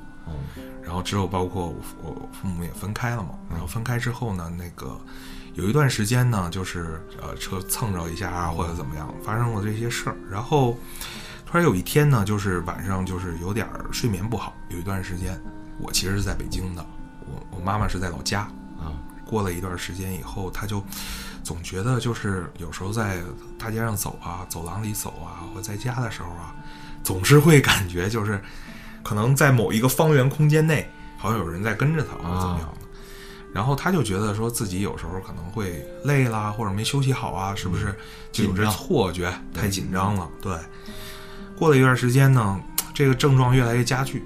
S3: 然后之后包括我父我父母也分开了嘛，然后分开之后呢，那个有一段时间呢，就是呃车蹭着一下啊，或者怎么样，发生过这些事儿。然后突然有一天呢，就是晚上就是有点儿睡眠不好，有一段时间我其实是在北京的，我我妈妈是在老家，
S1: 啊，
S3: 过了一段时间以后，他就总觉得就是有时候在大街上走啊，走廊里走啊，或在家的时候啊，总是会感觉就是可能在某一个方圆空间内，好像有人在跟着他或者怎么样的。然后他就觉得说自己有时候可能会累啦，或者没休息好啊，是不是就有
S1: 紧
S3: 这
S1: 张嗯
S3: 错觉，太紧张了。对，过了一段时间呢，这个症状越来越加剧，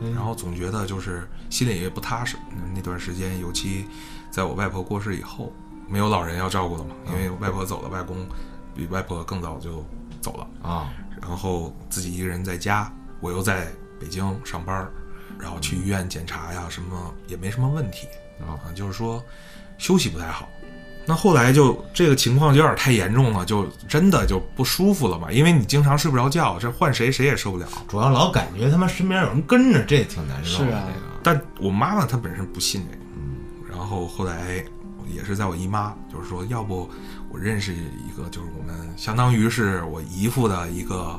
S1: 嗯
S3: 然后总觉得就是心里也不踏实。那段时间，尤其在我外婆过世以后，没有老人要照顾了嘛，
S1: 嗯
S3: 因为外婆走了，外公比外婆更早就走了，
S1: 啊，
S3: 然后自己一个人在家，我又在北京上班儿，然后去医院检查呀，什么也没什么问题
S1: 啊，
S3: 就是说休息不太好。那后来就这个情况有点太严重了，就真的就不舒服了嘛，因为你经常睡不着觉，这换谁谁也受不了。
S1: 主要老感觉他妈身边有人跟着，这挺难受的。
S4: 是啊
S1: 这个
S3: 但我妈妈她本身不信这个，然后后来也是在我姨妈，就是说，要不我认识一个，就是我们相当于是我姨父的一个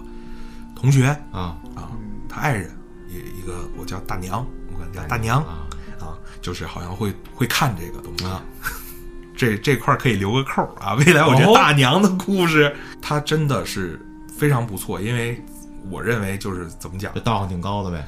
S3: 同学
S1: 啊
S3: 啊，他爱人也一个，我叫大娘，我管她叫大娘
S1: 啊，
S3: 啊，就是好像会会看这个东西。啊 这这块儿可以留个扣儿啊！ 未来我这
S1: 哦
S3: 大娘的故事，她真的是非常不错，因为我认为就是怎么讲
S1: 这，道行挺高的呗。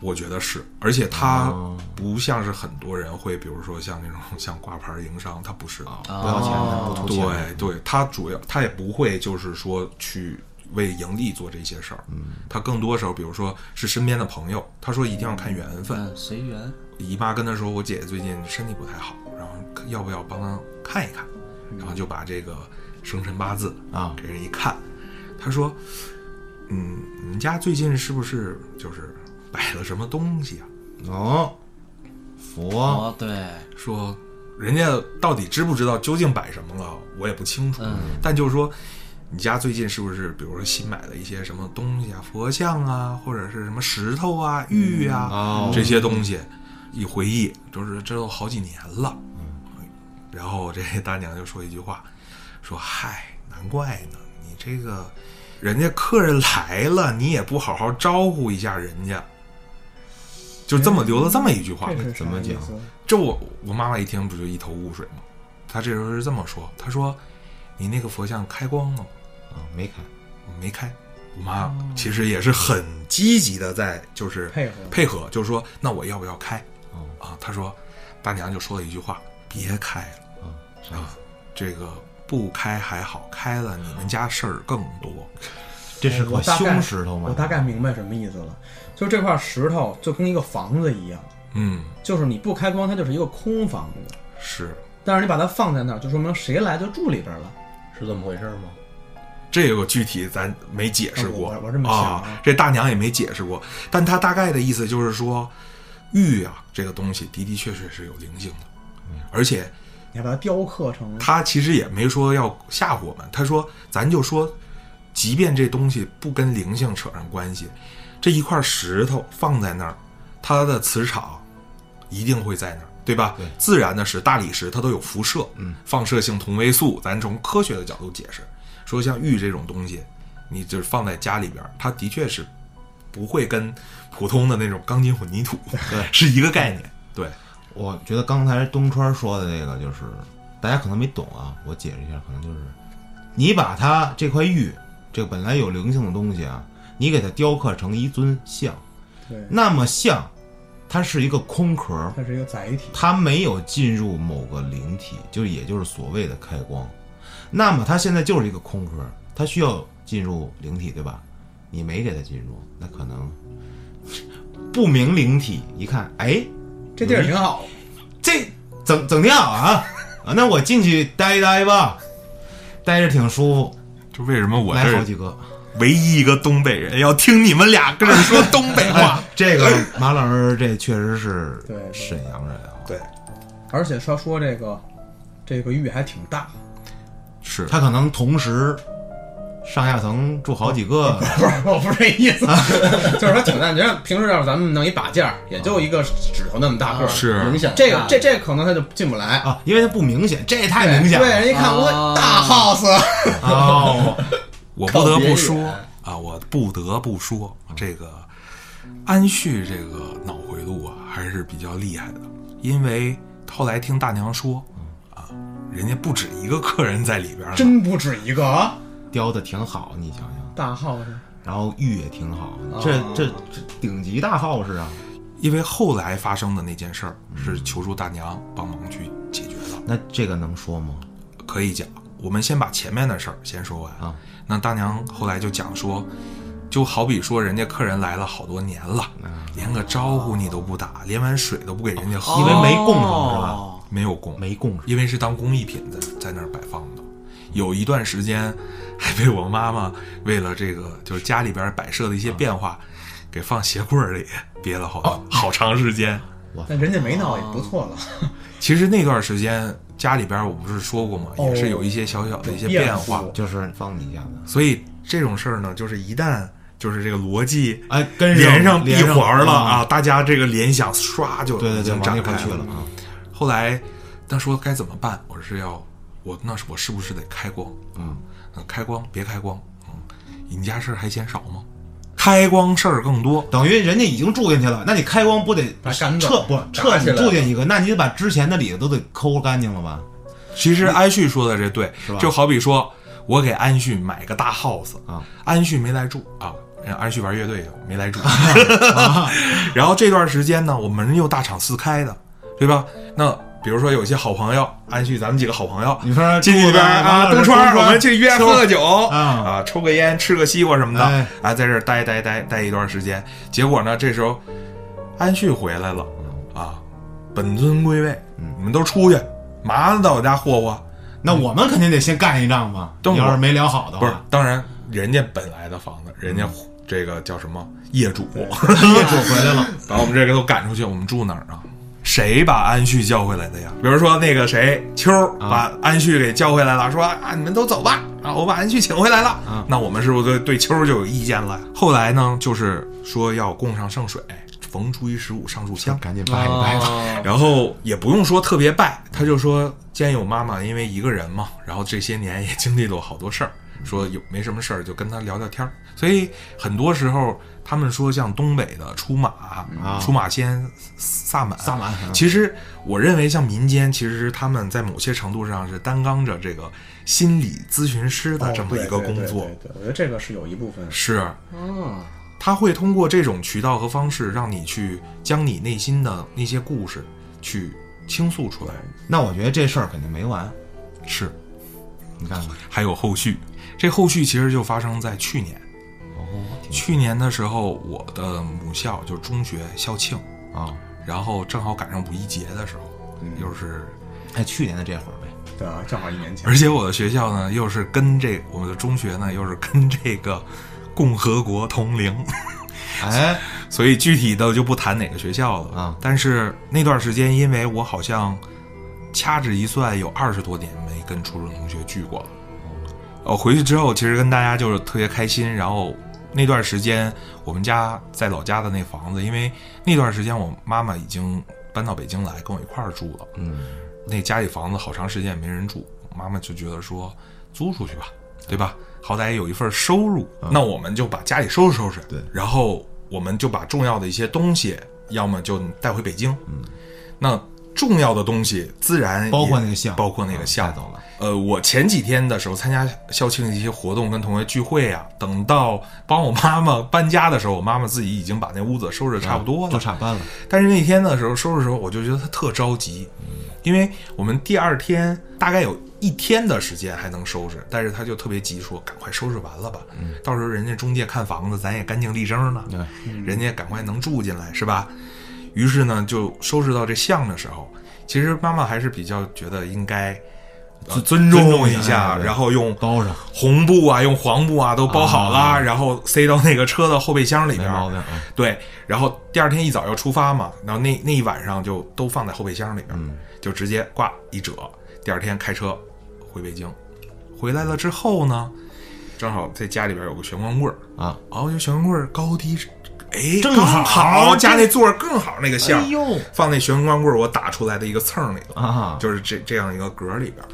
S3: 我觉得是，而且它
S1: 哦
S3: 不像是很多人会，比如说像那种像挂牌营商，它不是。
S1: 啊，不要钱的，不图钱的。
S3: 对对，它主要它也不会就是说去为盈利做这些事儿，嗯，它更多时候，比如说是身边的朋友，他说一定要看缘分。
S4: 嗯，随缘。
S3: 姨妈跟他说，我姐姐最近身体不太好，然后要不要帮她看一看？然后就把这个生辰八字
S1: 啊
S3: 给人一看，他说，嗯，你们家最近是不是就是摆了什么东西啊？
S1: 哦，佛
S4: 哦，对，
S3: 说人家到底知不知道究竟摆什么了，我也不清
S1: 嗯
S3: 楚。但就是说，你家最近是不是，比如说新买了一些什么东西啊，佛像啊，或者是什么石头啊、玉啊、
S1: 哦
S3: 这些东西？一回忆，就是这都好几年了。
S1: 嗯
S3: 然后这大娘就说一句话，说：“嗨，难怪呢，你这个人家客人来了，你也不好好招呼一下人家。”就这么留了这么一句话，
S2: 这是
S1: 哎怎么
S2: 啥意
S1: 讲
S2: 思
S3: 这我我妈妈一听不就一头雾水吗？她这时候是这么说，她说：“你那个佛像开光了吗？”
S1: 啊，没开。
S3: 我没开。我妈
S1: 哦
S3: 其实也是很积极的在就是
S2: 配合
S3: 配合，就是说那我要不要开
S1: 哦？
S3: 啊，她说大娘就说了一句话：“别开了
S1: 啊，啥意
S3: 啊
S1: 思？，
S3: 这个不开还好，开了你们家事儿更多。
S1: 这
S3: 哎
S1: 是
S2: 我
S1: 个
S2: 大概
S1: 凶石头吗？
S2: 我大概明白什么意思了，就这块石头就跟一个房子一样，”
S3: 嗯，
S2: 就是你不开光，它就是一个空房子。
S3: 是，
S2: 但是你把它放在那儿，就说明谁来就住里边了。
S6: 是这么回事吗？
S3: 这个具体咱没解释过，
S2: 啊我我这么想啊
S3: 啊，这大娘也没解释过，但她大概的意思就是说，玉啊这个东西的的确确是有灵性的，而且
S2: 你还把它雕刻成
S3: 他其实也没说要吓唬我们，他说咱就说，即便这东西不跟灵性扯上关系，这一块石头放在那儿，它的磁场一定会在那儿，对吧？
S1: 对
S3: 自然的是大理石它都有辐射，嗯，放射性同位素，咱从科学的角度解释，说像玉这种东西，你就是放在家里边儿，它的确是不会跟普通的那种钢筋混凝土 是一个概念，对，
S1: 我觉得刚才东川说的这个就是，大家可能没懂啊，我解释一下，可能就是，你把它这块玉，这个本来有灵性的东西啊，你给它雕刻成一尊像，
S2: 对，
S1: 那么像，它是一个空壳，
S2: 它是一个载体。
S1: 它没有进入某个灵体，就也就是所谓的开光，那么它现在就是一个空壳，它需要进入灵体，对吧？你没给它进入，那可能不明灵体一看，哎，
S2: 这地儿挺好，
S1: 这整整挺好啊啊！那我进去待一待吧，待着挺舒服。
S3: 就为什么我
S1: 来好
S3: 这
S1: 几个，
S3: 唯一一个东北人要听你们俩跟人说东北话。
S1: 哎这个
S3: 哎
S1: 马老师这确实是
S2: 对对
S1: 沈阳人啊，
S3: 对，
S2: 而且说说这个这个玉还挺大，
S3: 是
S1: 他可能同时上下层住好几 个，
S2: 不是，我不是这意思， 就是它挺大。你像平时要是咱们弄一把件儿，也就一个指头那么大个儿。
S6: 影
S3: 是
S6: 响
S2: 啊这个
S6: 大
S2: 这这可能它就进不来。
S1: 啊，因为它不明显，这也太明显
S2: 对，
S1: 了
S2: 人一看我
S4: 啊
S2: 大 house，
S1: 哦，
S3: 我不得不说
S6: 靠别人
S3: 啊，我不得不说这个安旭这个脑回路啊还是比较厉害的，因为后来听大娘说啊，人家不止一个客人在里边呢，
S2: 真不止一个啊！
S1: 雕的挺好，你想想，
S2: 大 house，
S1: 然后玉也挺好，
S2: 哦
S1: 这这这顶级大号是啊，
S3: 因为后来发生的那件事儿是求助大娘帮忙去解决的，
S1: 那这个能说吗？
S3: 可以讲。我们先把前面的事儿先说完
S1: 啊。
S3: 那大娘后来就讲说，就好比说人家客人来了好多年了，
S1: 啊
S3: 连个招呼你都不打，连碗水都不给人家喝，
S1: 哦因为没供上是吧？
S4: 哦
S3: 没有供，
S1: 没供上，
S3: 因为是当工艺品在在那儿摆放的。有一段时间，还被我妈妈为了这个就是家里边摆设的一些变
S1: 啊
S3: 化，给放鞋柜儿里憋了好、
S1: 哦
S3: 好长时间。
S2: 但人家没闹也不错了。
S3: 啊其实那段时间家里边我不是说过吗？
S2: 哦
S3: 也是有一些小小的一些变化，
S2: 有变
S1: 就是放你一下子。
S3: 所以这种事儿呢，就是一旦就是这个逻辑
S1: 哎，跟
S3: 连上闭环了
S1: 啊！
S3: 啊，大家这个联想唰就
S1: 对对对，
S3: 已经
S1: 往
S3: 展
S1: 那
S3: 开
S1: 块去了啊。
S3: 后来他说该怎么办？我是要我那是我是不是得开光？
S1: 嗯
S3: 嗯，开光别开光，嗯，你家事儿还嫌少吗？开光事儿更多，
S1: 等于人家已经住进去了，那你开光不得
S2: 把赶走
S1: 撤不
S6: 打
S1: 撤
S6: 起
S1: 你
S6: 来
S1: 住进一个，那你得把之前的里子都得抠干净了吧？
S3: 其实安旭说的这对
S1: 吧，
S3: 就好比说我给安旭买个大 house
S1: 啊，
S3: 安旭没来住啊，人安旭玩乐队的 没来住， 然后这段时间呢，我们又大敞四开的，对吧？那比如说有些好朋友，安旭咱们几个好朋友，
S1: 你说
S3: 进去
S1: 住
S3: 边
S1: 的
S3: 啊，
S1: 东
S3: 东
S1: 川
S3: 川，我们去约喝个酒
S1: 啊
S3: 啊，抽个烟，吃个西瓜什么的
S1: 哎
S3: 啊，在这儿待待待待一段时间。结果呢，这时候安旭回来了啊，本尊归位，
S1: 嗯
S3: 你们都出去，麻子到我家霍霍。
S1: 那我们肯定得先干一仗嘛。
S3: 等会儿
S1: 要是没聊好的
S3: 不是
S1: 话，，嗯
S3: 当然人家本来的房子，人家这个叫什么业主，
S1: 业主回来了，
S3: 把我们这个都赶出去，我们住哪儿啊？谁把安旭叫回来的呀？比如说那个谁，秋儿把安旭给叫回来了，说啊，你们都走吧，啊，我把安旭请回来了。
S1: 啊
S3: 那我们是不是对对秋儿就有意见了？后来呢，就是说要供上圣水，逢初一十五上炷香，
S1: 赶紧拜
S6: 哦
S1: 拜
S4: 哦
S1: 吧。
S6: 吧。
S3: 然后也不用说特别拜，他就说兼有妈妈因为一个人嘛，然后这些年也经历了好多事儿，说有没什么事儿就跟他聊聊天儿。所以很多时候他们说像东北的出马、
S2: 啊
S3: 出马仙、萨满、
S6: 萨满
S3: 其实我认为像民间，其实他们在某些程度上是担纲着这个心理咨询师的这么一个工作，
S2: 哦对对对对对我觉得这个是有一部分
S3: 是
S1: 哦
S4: 嗯，
S3: 他会通过这种渠道和方式，让你去将你内心的那些故事去倾诉出来。
S1: 那我觉得这事儿肯定没完，
S3: 是，
S1: 你看看，
S3: 还有后续，这后续其实就发生在去年。
S1: 哦，挺
S3: 去年的时候，我的母校就是中学校庆，
S1: 啊，
S3: 然后正好赶上五一节的时候，
S1: 嗯
S3: 又是，
S1: 哎，去年的这会儿呗，
S2: 对啊，正好一年前
S3: 而且我的学校呢，又是跟这我们的中学呢，又是跟这个共和国同龄，
S1: 哎，
S3: 所以具体的就不谈哪个学校了
S1: 啊
S3: 但是那段时间，因为我好像掐指一算，有二十多年没跟初中同学聚过了。哦，回去之后，其实跟大家就是特别开心。然后那段时间，我们家在老家的那房子，因为那段时间我妈妈已经搬到北京来，跟我一块儿住了。
S1: 嗯，
S3: 那家里房子好长时间也没人住，妈妈就觉得说租出去吧，对吧？好歹也有一份收入，那我们就把家里收拾收拾，
S1: 嗯对
S3: 然后我们就把重要的一些东西，要么就带回北京，嗯，那重要的东西自然也
S1: 包括那个像啊嗯
S3: 包括那个像
S1: 带走了。
S3: 呃，我前几天的时候参加校庆的一些活动，跟同学聚会啊，等到帮我妈妈搬家的时候，我妈妈自己已经把那屋子收拾得差不多
S1: 嗯啊
S3: 了
S1: 就，差班了，
S3: 但是那天的时候收拾的时候，我就觉得他特着急，因为我们第二天大概有一天的时间还能收拾，但是他就特别急说：“赶快收拾完了吧，到时候人家中介看房子，咱也干净利整呢，
S1: 嗯
S3: 人家赶快能住进来是吧？”于是呢，就收拾到这巷的时候，其实妈妈还是比较觉得应该。呃
S1: 尊
S3: 尊
S1: 重
S3: 重
S1: 一
S3: 一
S1: 下
S3: 下，
S1: 对
S3: 然后用
S1: 包上
S3: 红布啊，用黄布啊都包好啦，然后塞到那个车的后备箱里
S1: 没
S3: 边儿。
S1: 毛病啊。
S3: 对，然后第二天一早要出发嘛，然后那那一晚上就都放在后备箱里边，
S1: 嗯
S3: 就直接挂一折。第二天开车回北京，回来了之后呢，正好在家里边有个玄关柜儿，
S1: 啊，
S3: 然后就玄关柜儿高低是，哎，
S1: 正
S3: 刚
S1: 好
S3: 好加那座儿更好那个线儿，
S1: 哎呦
S3: 放那玄关柜儿我打出来的一个蹭儿里头，
S1: 啊，
S3: 就是这这样一个格儿里边儿，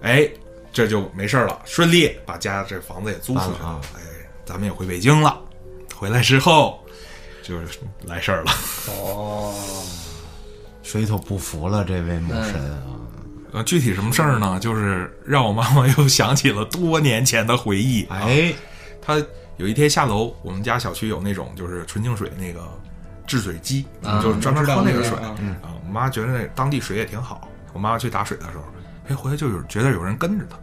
S3: 哎，这就没事儿了，顺利把家这房子也租出去
S1: 搬了啊
S3: 了，哎，咱们也回北京了。回来之后就是来事儿了，
S1: 水土不服了，这位母神啊，
S6: 嗯
S3: 呃，具体什么事儿呢？就是让我妈妈又想起了多年前的回忆。
S1: 哎，
S3: 她有一天下楼，我们家小区有那种就是纯净水那个制水机，
S4: 啊
S3: 就是专门喝那个
S2: 知
S3: 水
S2: 道那个啊
S1: 嗯
S3: 啊。我妈觉得那当地水也挺好，我妈去打水的时候，哎，回来就有觉得有人跟着她。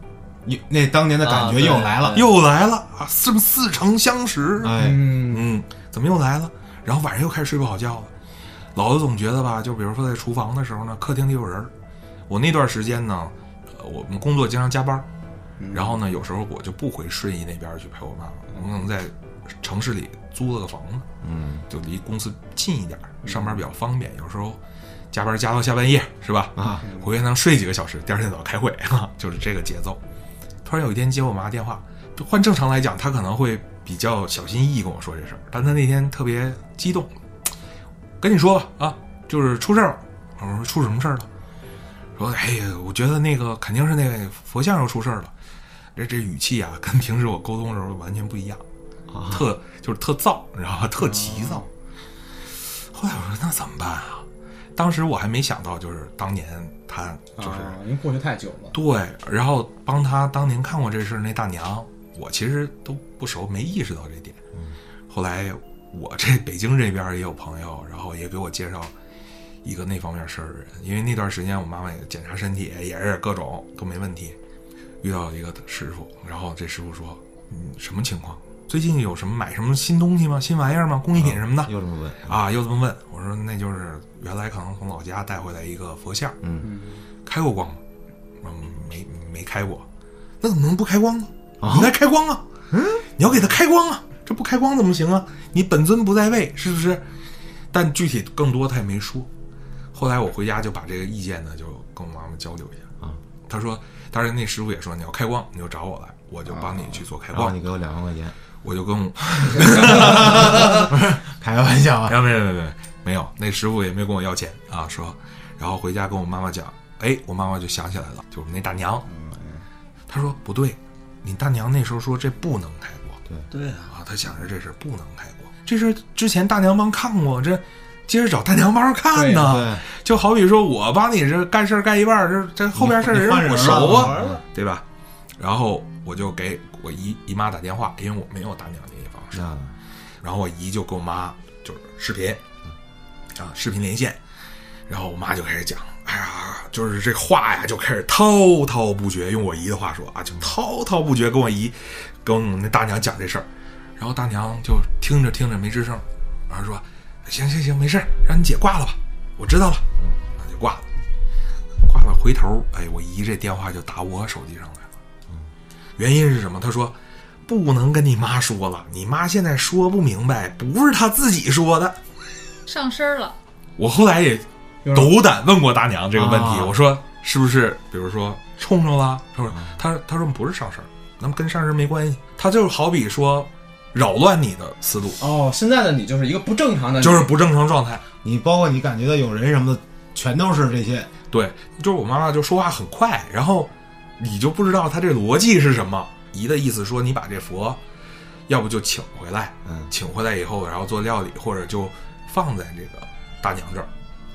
S1: 又那当年的感觉又来了，
S4: 啊
S3: 又来了啊，这么似曾相识。
S1: 哎，
S2: 嗯，
S3: 嗯，怎么又来了？然后晚上又开始睡不好觉了。老子总觉得吧，就比如说在厨房的时候呢，客厅里有人儿。我那段时间呢，呃，我们工作经常加班儿，
S1: 嗯
S3: 然后呢，有时候我就不回顺义那边儿去陪我妈妈，我可能在城市里租了个房子，
S1: 嗯
S3: 就离公司近一点儿，上班比较方便。有时候加班加到下半夜，是吧？
S1: 啊，
S3: 回去能睡几个小时，第二天早上开会，就是这个节奏。突然有一天接我妈电话，就换正常来讲，她可能会比较小心翼翼跟我说这事儿，但她那天特别激动，跟你说吧啊，就是出事儿了。我说出什么事儿了？说哎呀，我觉得那个肯定是那个佛像又出事儿了。这这语气啊，跟平时我沟通的时候完全不一样，特就是特燥，你知道吧？特急躁。后来我说那怎么办啊？当时我还没想到，就是当年他就是、
S2: 啊因为过去太久了，
S3: 对，然后帮他当年看过这事儿那大娘，我其实都不熟，没意识到这点。后来我这北京这边儿也有朋友，然后也给我介绍一个那方面事儿的人，因为那段时间我妈妈也检查身体，也是各种都没问题，遇到一个师傅，然后这师傅说：“嗯，什么情况？最近有什么买什么新东西吗？新玩意儿吗？工艺品什么的？”
S1: 又这么问，
S3: 啊，又这么问，我说那就是原来可能从老家带回来一个佛像，
S1: 嗯，
S3: 开过光吗？嗯，没没开过，那怎么能不开光呢？你应该开光啊，嗯，你要给它开光啊，这不开光怎么行啊？你本尊不在位，是不是？但具体更多他也没说。后来我回家就把这个意见呢，就跟我妈妈交流一下
S1: 啊。
S3: 她说，当然那师傅也说你要开光你就找我来。我就帮你去做开
S1: 啊然后
S3: 光。
S1: 你给我两万块钱，
S3: 我就跟我
S1: 开玩笑啊
S3: 没！有没有没有没有没有，那师傅也没有跟我要钱啊，说，然后回家跟我妈妈讲，哎，我妈妈就想起来了，就我们那大娘，
S1: 嗯哎
S3: 她说不对，你大娘那时候说这不能开锅，
S4: 对啊，
S3: 啊，她想着这事儿不能开锅，这事儿之前大娘帮看过，这接着找大娘帮看呢，
S1: 对，
S3: 就好比说我帮你这干事儿干一半儿，这这后边事儿
S1: 你换
S3: 人
S1: 人
S3: 我
S1: 了
S3: 熟
S1: 换
S3: 啊
S1: 人了，
S3: 对吧？然后我就给我姨姨妈打电话，因为我没有大娘联系方式，
S1: 那
S3: 然后我姨就跟我妈就是视频，啊，视频连线，然后我妈就开始讲，哎呀，就是这话呀就开始滔滔不绝，用我姨的话说啊，就滔滔不绝跟我姨跟我们那大娘讲这事儿，然后大娘就听着听着没吱声，然后说哎行行行，没事儿，让你姐挂了吧，我知道了，那就挂了，挂了，回头哎，我姨这电话就打我手机上来了。原因是什么？他说不能跟你妈说了，你妈现在说不明白，不是她自己说的。
S5: 上身儿了，
S3: 我后来也斗胆问过大娘这个问题，
S4: 啊
S3: 我说是不是，比如说冲上了？她说她她说不是上身，那么跟上身没关系，她就是好比说扰乱你的思路，
S2: 哦，现在的你就是一个不正常的你，
S3: 就是不正常状态。
S1: 你包括你感觉到有人什么的，全都是这些。
S3: 对，就是我妈妈就说话很快，然后你就不知道她这逻辑是什么。姨的意思说，你把这佛，要不就请回来，
S1: 嗯
S3: 请回来以后，然后做料理，或者就放在这个大娘这儿，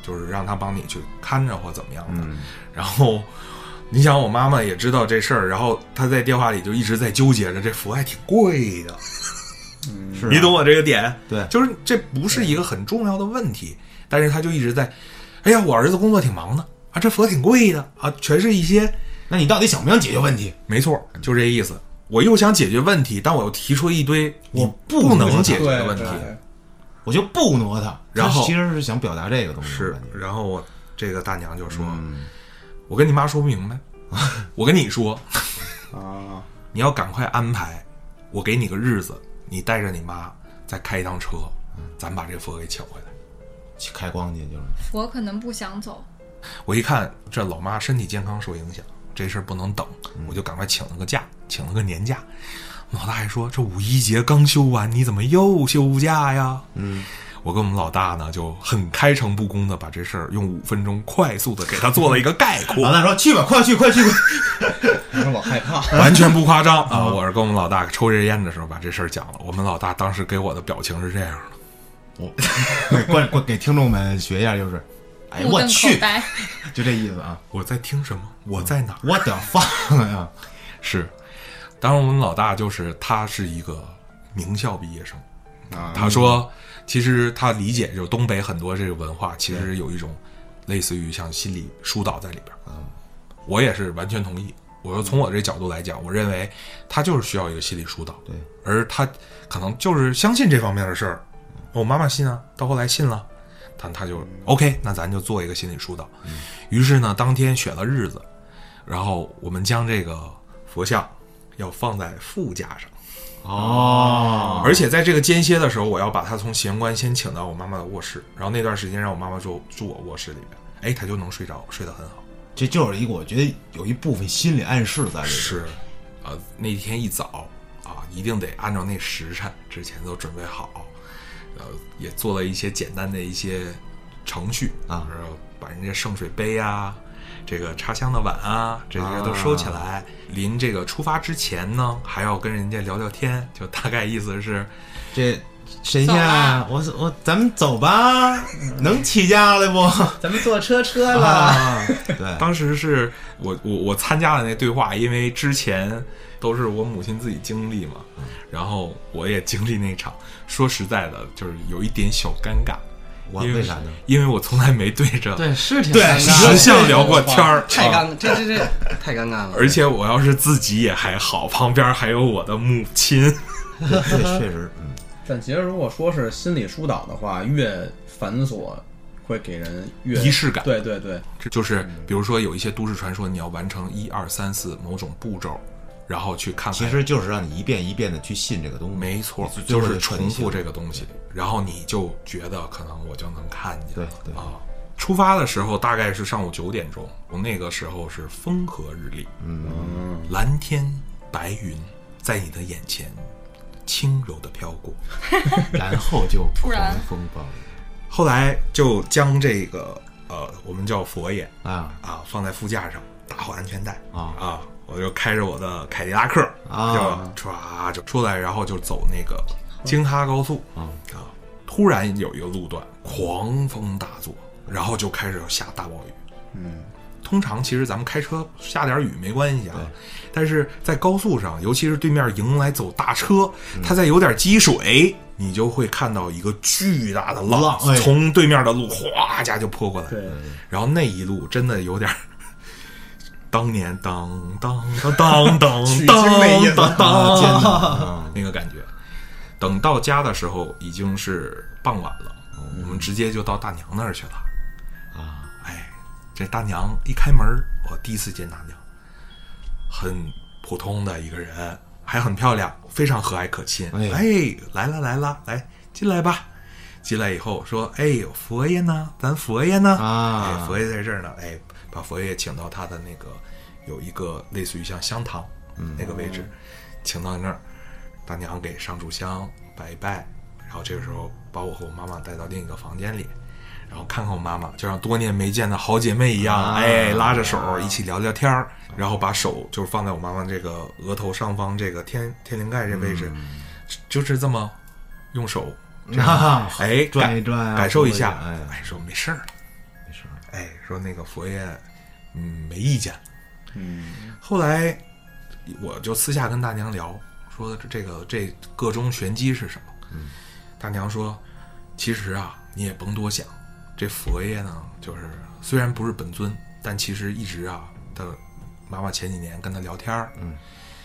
S3: 就是让她帮你去看着或怎么样的。
S1: 嗯，
S3: 然后，你想我妈妈也知道这事儿，然后她在电话里就一直在纠结着，这佛还挺贵的，
S1: 是啊
S3: 你懂我这个点？
S1: 对
S3: 就是这不是一个很重要的问题，但是他就一直在，哎呀，我儿子工作挺忙的啊，这佛挺贵的啊，全是一些，
S1: 那你到底想不想解决问题？
S3: 没错，
S1: 嗯
S3: 就这意思。我又想解决问题，但我又提出一堆
S1: 我
S3: 不
S1: 不
S3: 能
S1: 能
S3: 解决
S2: 对
S3: 的问题
S2: 对，对
S1: 我就不挪他。
S3: 然后
S1: 他其实是想表达这个东西，
S3: 是
S1: 我感。觉
S3: 然后我这个大娘就说，
S1: 嗯，
S3: 我跟你妈说不明白， 我跟你说，
S2: 啊，
S3: 你要赶快安排，我给你个日子，你带着你妈再开一趟车，
S1: 嗯
S3: 咱把这佛给请回来。
S1: 去开光去就是。
S5: 我可能不想走，
S3: 我一看这老妈身体健康受影响，这事儿不能等，我就赶快请了个假，请了个年假。老大爷说：“这五一节刚休完，你怎么又休假呀？”嗯，我跟我们老大呢就很开诚布公的把这事儿用五分钟快速的给他做了一个概括
S1: 老，大说：“去吧，快去，快去！”快去
S2: 我说我害怕，
S3: 完全不夸张啊！我是跟我们老大抽着烟的时候把这事儿讲了。我们老大当时给我的表情是这样的。
S1: 给观观给听众们学一下，就是，哎，
S5: 目
S1: 我
S5: 瞪口
S1: 去，
S5: 呆。
S1: 就这意思啊。
S3: 我在听什么？我在哪儿？
S1: 我的放呀，
S3: 是，当然我们老大就是他是一个名校毕业生，啊，他说其实他理解就是东北很多这个文化，其实有一种类似于像心理疏导在里边。嗯，我也是完全同意。我说从我这角度来讲，我认为他就是需要一个心理疏导，
S1: 对，
S3: 而他可能就是相信这方面的事儿。我妈妈信啊，到后来信了，但他就 OK，那咱就做一个心理疏导。于是呢，当天选了日子，然后我们将这个佛像要放在副驾上，
S1: 哦，
S3: 而且在这个间歇的时候，我要把他从玄关先请到我妈妈的卧室，然后那段时间让我妈妈住住我卧室里边，哎，他就能睡着，睡得很好。
S1: 这就是一个我觉得有一部分心理暗示在里面。
S3: 是，呃，那天一早啊，一定得按照那时辰之前都准备好，呃，也做了一些简单的一些程序
S1: 啊
S3: 然后把人家圣水杯啊，这个插香的碗啊，这些都收起来。临这个出发之前呢，还要跟人家聊聊天，就大概意思是，
S1: 这神仙啊，我我咱们走吧，能起价了不？
S2: 咱们坐车车了，
S1: 啊，对，
S3: 当时是我我我参加了那对话，因为之前都是我母亲自己经历嘛，然后我也经历那场。说实在的，就是有一点小尴尬。
S1: 我
S3: 因
S1: 为啥呢？？
S3: 因为我从来没对着
S4: 对，是挺
S1: 对
S4: 尴
S1: 是
S4: 尬
S3: 石
S4: 的，
S3: 像聊过天儿，
S4: 太
S3: 啊。
S4: 尴， 这这这太尴尬了。
S3: 而且我要是自己也还好，旁边还有我的母亲。
S1: 对，确实，嗯，
S2: 但其实如果说是心理疏导的话，越繁琐会给人越
S3: 仪式感
S2: 对对对，
S3: 就是比如说有一些都市传说，你要完成一二三四某种步骤，然后去看看。
S1: 其实就是让你一遍一遍的去信这个东西。
S3: 没错，
S1: 最
S3: 就
S1: 后
S3: 是重
S1: 传
S3: 复这
S1: 信
S3: 个东西，然后你就觉得可能我就能看见了。
S1: 对对
S3: 啊，出发的时候大概是上午九点钟，我那个时候是风和日丽，嗯，蓝天白云在你的眼前轻柔的飘过，然后就
S5: 突然
S4: 狂风暴雨
S3: 后来就将这个呃，我们叫佛爷
S4: 啊
S3: 啊放在副驾上，打好安全带
S4: 啊
S3: 啊，我就开着我的凯迪拉克
S4: 啊
S3: 就唰就出来，然后就走那个京哈高速
S4: 啊
S3: 啊，突然有一个路段狂风大作，然后就开始下大暴雨。
S2: 嗯，
S3: 通常其实咱们开车下点雨没关系啊，但是在高速上，尤其是对面迎来走大车，
S4: 嗯
S3: 它再有点积水，你就会看到一个巨大的浪
S4: 浪哎
S3: 从对面的路哗一下就泼过来，
S2: 对，
S3: 然后那一路真的有点儿。当年当当当当当
S2: 取经那意
S3: 当
S2: 思
S1: 啊
S3: 当当嗯
S1: 艰难
S3: 那个感觉。等到家的时候已经是傍晚了，嗯我们直接就到大娘那儿去了。
S4: 啊！
S3: 哎，这大娘一开门儿，我第一次见大娘，很普通的一个人，还很漂亮，非常和蔼可亲。
S1: 哎
S3: 哎，来了来了，来进来吧。进来以后说：“哎呦，佛爷呢？咱佛爷呢？
S1: 啊
S3: 哎，佛爷在这儿呢。哎，把佛爷请到他的那个有一个类似于像香堂、
S1: 嗯
S3: 那个位置，请到那儿。大娘给上炷香拜一拜，然后这个时候把我和我妈妈带到另一个房间里，然后看看我妈妈，就像多年没见的好姐妹一样，
S1: 啊
S3: 哎，拉着手一起聊聊天儿，然后把手就是放在我妈妈这个额头上方这个天天灵盖这位置，
S1: 嗯
S3: 就是这么用手
S1: 啊，
S3: 哎
S1: 转一
S3: 感
S1: 转啊，
S3: 感受一下，
S1: 哎，
S3: 哎，说没事儿了，
S1: 没事儿，
S3: 哎，说那个佛爷，嗯，没意见。嗯，后来我就私下跟大娘聊，说这个这个中玄机是什么？嗯，大娘说，其实啊，你也甭多想，这佛爷呢，就是虽然不是本尊，但其实一直啊，他妈妈前几年跟他聊天儿，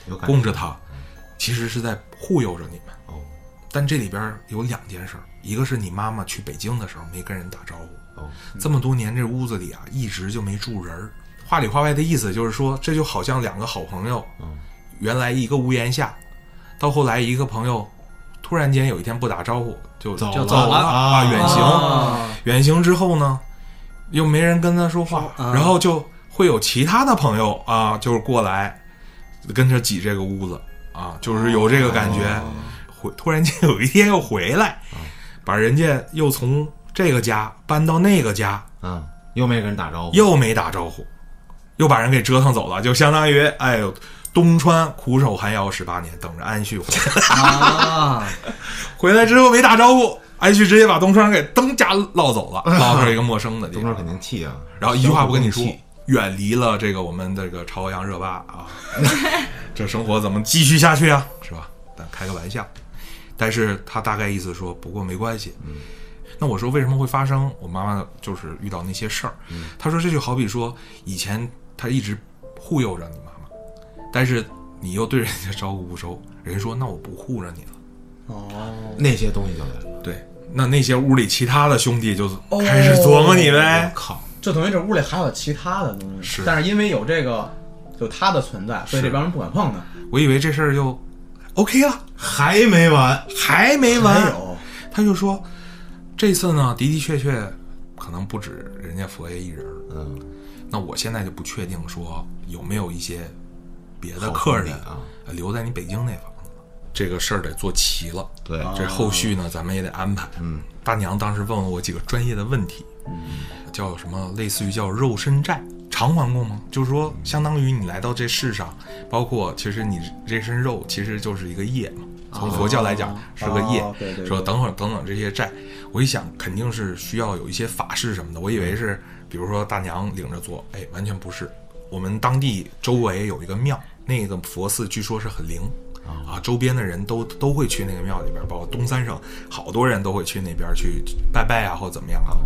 S1: 有感觉
S3: 供着他，其实是在护佑着你们。
S1: 哦
S3: 但这里边儿有两件事儿，一个是你妈妈去北京的时候没跟人打招呼，
S1: 哦，
S3: 这么多年这屋子里啊，一直就没住人儿。话里话外的意思就是说，这就好像两个好朋友，
S1: 嗯
S3: 原来一个屋檐下，到后来一个朋友突然间有一天不打招呼就
S1: 走
S3: 就
S1: 了
S3: 走了
S1: 啊
S3: 远行、
S4: 哦
S2: 啊
S3: 远行之后呢，又没人跟他说话，
S2: 啊
S3: 然后就会有其他的朋友啊，就是过来跟着挤这个屋子啊，就是有这个感觉。回突然间有一天又回来，把人家又从这个家搬到那个家，
S1: 嗯，又没跟人打招呼，
S3: 又没打招呼，又把人给折腾走了，就相当于哎呦，东川苦守寒窑十八年，等着安旭回来。
S4: 啊，
S3: 回来之后没打招呼，安旭直接把东川给蹬家落走了，落到一个陌生的地
S1: 中间
S3: 方，
S1: 肯定气啊，
S3: 然后一句话不跟你说
S1: 小狗更气，
S3: 远离了这个我们这个朝阳热巴啊， 这生活怎么继续下去啊？是吧？但开个玩笑，但是他大概意思说，不过没关系。那我说为什么会发生？我妈妈就是遇到那些事儿。她说这就好比说以前她一直护佑着你妈妈，但是你又对人家照顾不周，人家说那我不护着你了。
S2: 哦，
S1: 那些东西就来了，
S3: 对，那那些屋里其他的兄弟就开
S1: 哦
S3: 始琢磨你呗。
S1: 靠，
S2: 就等于这屋里还有其他的东西，
S3: 是
S2: 但是因为有这个有他的存在，所以
S3: 是
S2: 这帮人不敢碰他。
S3: 我以为这事儿就 OK 了，
S1: 还没完，
S3: 还没完。
S2: 还有，
S3: 他就说，这次呢，的的确确可能不止人家佛爷一人儿。
S1: 嗯，
S3: 那我现在就不确定说有没有一些别的
S1: 好
S3: 客人
S1: 兄弟啊
S3: 呃留在你北京那房子。这个事儿得做齐了，
S1: 对，
S3: 这后续呢，咱们也得安排。嗯，大娘当时问了我几个专业的问题，叫什么？类似于叫肉身债，偿还过吗？就是说，相当于你来到这世上，包括其实你这身肉其实就是一个业嘛，从佛教来讲是个业
S2: 哦对对。对
S3: 说等会儿等等这些债，我一想肯定是需要有一些法事什么的，我以为是比如说大娘领着做，哎，完全不是。我们当地周围有一个庙，那个佛寺据说是很灵。啊，周边的人都都会去那个庙里边，包括东三省，好多人都会去那边去拜拜啊，或怎么样啊。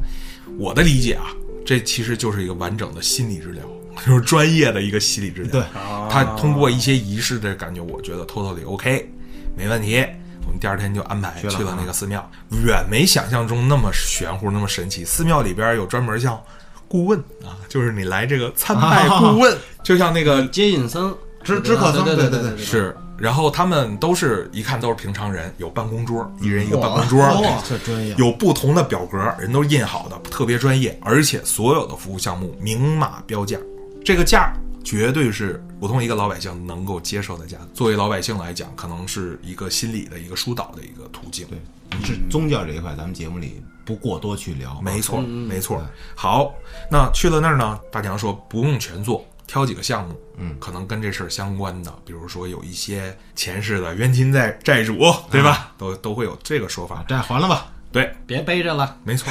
S3: 我的理解啊，这其实就是一个完整的心理治疗， 就是专业的一个心理治疗。
S1: 对
S3: 他通过一些仪式的感觉，我觉得 totally OK，没问题。我们第二天就安排
S1: 去了啊
S3: 去了那个寺庙，远没想象中那么玄乎，那么神奇。寺庙里边有专门像顾问啊，就是你来这个参拜
S1: 啊
S3: 顾问，就像那个
S4: 接引僧，
S1: 知知客僧，
S4: 对
S1: 对
S4: 对
S1: 对，
S3: 是，然后他们都是一看都是平常人，有办公桌，一人一个办公桌，
S1: 哇，这专业，
S3: 有不同的表格，人都印好的，特别专业，而且所有的服务项目明码标价，这个价绝对是普通一个老百姓能够接受的价。作为老百姓来讲，可能是一个心理的一个疏导的一个途径。
S1: 对，是宗教这一块，咱们节目里不过多去聊。
S3: 没错，没错。好，那去了那儿呢，大娘说不用全做，挑几个项目，嗯，可能跟这事儿相关的，比如说有一些前世的冤亲债债主，对吧？都都会有这个说法。
S1: 债还了吧，
S3: 对，
S4: 别背着了，
S3: 没错。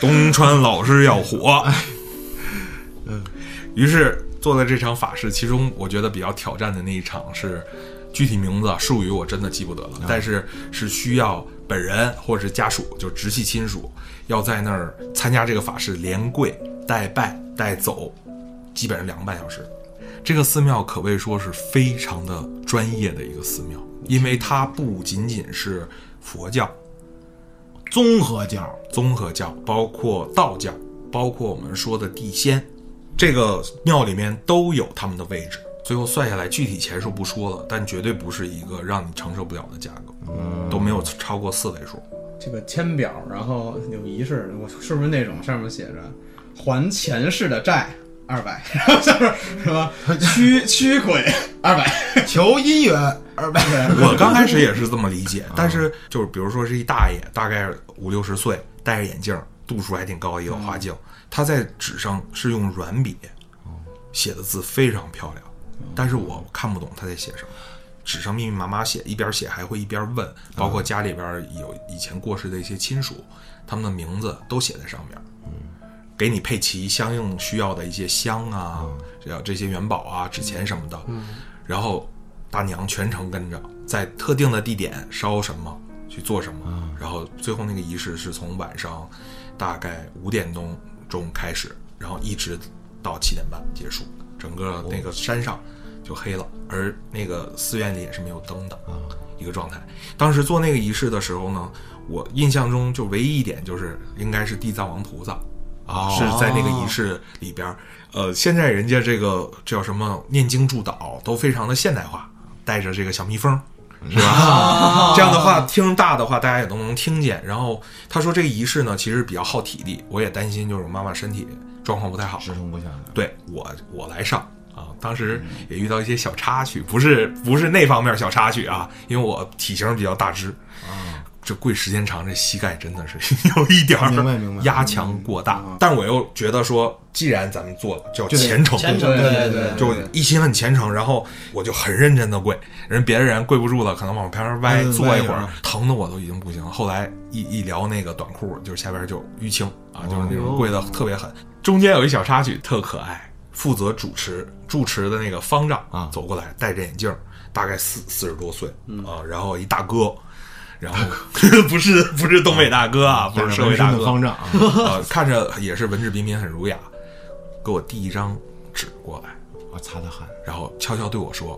S3: 东川老师要火，嗯，于是做了这场法事，其中我觉得比较挑战的那一场是，具体名字啊术语我真的记不得了，但是是需要本人或者是家属，就直系亲属，要在那儿参加这个法事，连跪带拜带走，基本上两个半小时。这个寺庙可谓说是非常的专业的一个寺庙，因为它不仅仅是佛教，
S1: 综合教
S3: 综合教，包括道教，包括我们说的地仙，这个庙里面都有他们的位置。最后算下来，具体钱数不说了，但绝对不是一个让你承受不了的价格，都没有超过四位数。
S2: 这个签表，然后有仪式，我是不是那种上面写着还前世的债二百， 然后上面什么驱驱鬼二百，
S1: 求姻缘二百。
S3: 我刚开始也是这么理解，但是就是比如说是一大爷，大概五六十岁，戴着眼镜，度数还挺高，也有花镜。他在纸上是用软笔写的字，非常漂亮，但是我看不懂他在写什么。纸上密密麻麻写，一边写还会一边问，包括家里边有以前过世的一些亲属，他们的名字都写在上面。给你配齐相应需要的一些香啊，这样这些元宝啊、纸钱什么的。然后大娘全程跟着，在特定的地点烧什么，去做什么。然后最后那个仪式是从晚上大概五点钟钟开始，然后一直到七点半结束。整个那个山上就黑了，而那个寺院里也是没有灯的一个状态。当时做那个仪式的时候呢，我印象中就唯一一点就是应该是地藏王菩萨。
S1: 哦
S3: 是在那个仪式里边儿。呃，现在人家这个叫什么念经祝祷都非常的现代化，带着这个小蜜蜂，是吧？这样的话，听大的话大家也都能听见。然后他说这个仪式呢，其实比较耗体力，我也担心就是我妈妈身体状况不太好，
S1: 支撑不下来。
S3: 对我我来上啊。当时也遇到一些小插曲，不是不是那方面小插曲啊，因为我体型比较大只这跪时间长，这膝盖真的是 有一点儿
S1: 明白嗯明白
S3: 压强过大。但我又觉得说，既然咱们做了，就要虔诚，
S4: 虔诚
S2: 对
S4: 对
S2: 对
S3: 就一心很虔诚。然后我就很认真的跪，人别的人跪不住了，可能往旁边歪
S1: 嗯
S3: 坐
S1: 歪一
S3: 一会
S1: 会
S3: 儿
S1: 儿，
S3: 疼的我都已经不行了。后来一一聊那个短裤，就是下边就淤青
S1: 哦
S3: 啊，就是那种跪的特别狠。中间有一小插曲，特可爱。负责主持主持的那个方丈
S1: 啊
S3: 走过来，戴着眼镜儿，大概
S1: 嗯
S3: 四四十多岁啊，然后一大哥，然后不是不是东北大哥啊，不
S1: 但
S3: 是
S1: 是
S3: 社会
S1: 纹
S3: 大
S1: 身的
S3: 哥，
S1: 方 丈啊，
S3: 呃，看着也是文质彬彬，很儒雅，给我递一张纸过来，
S1: 我擦擦汗。
S3: 然后悄悄对我说：“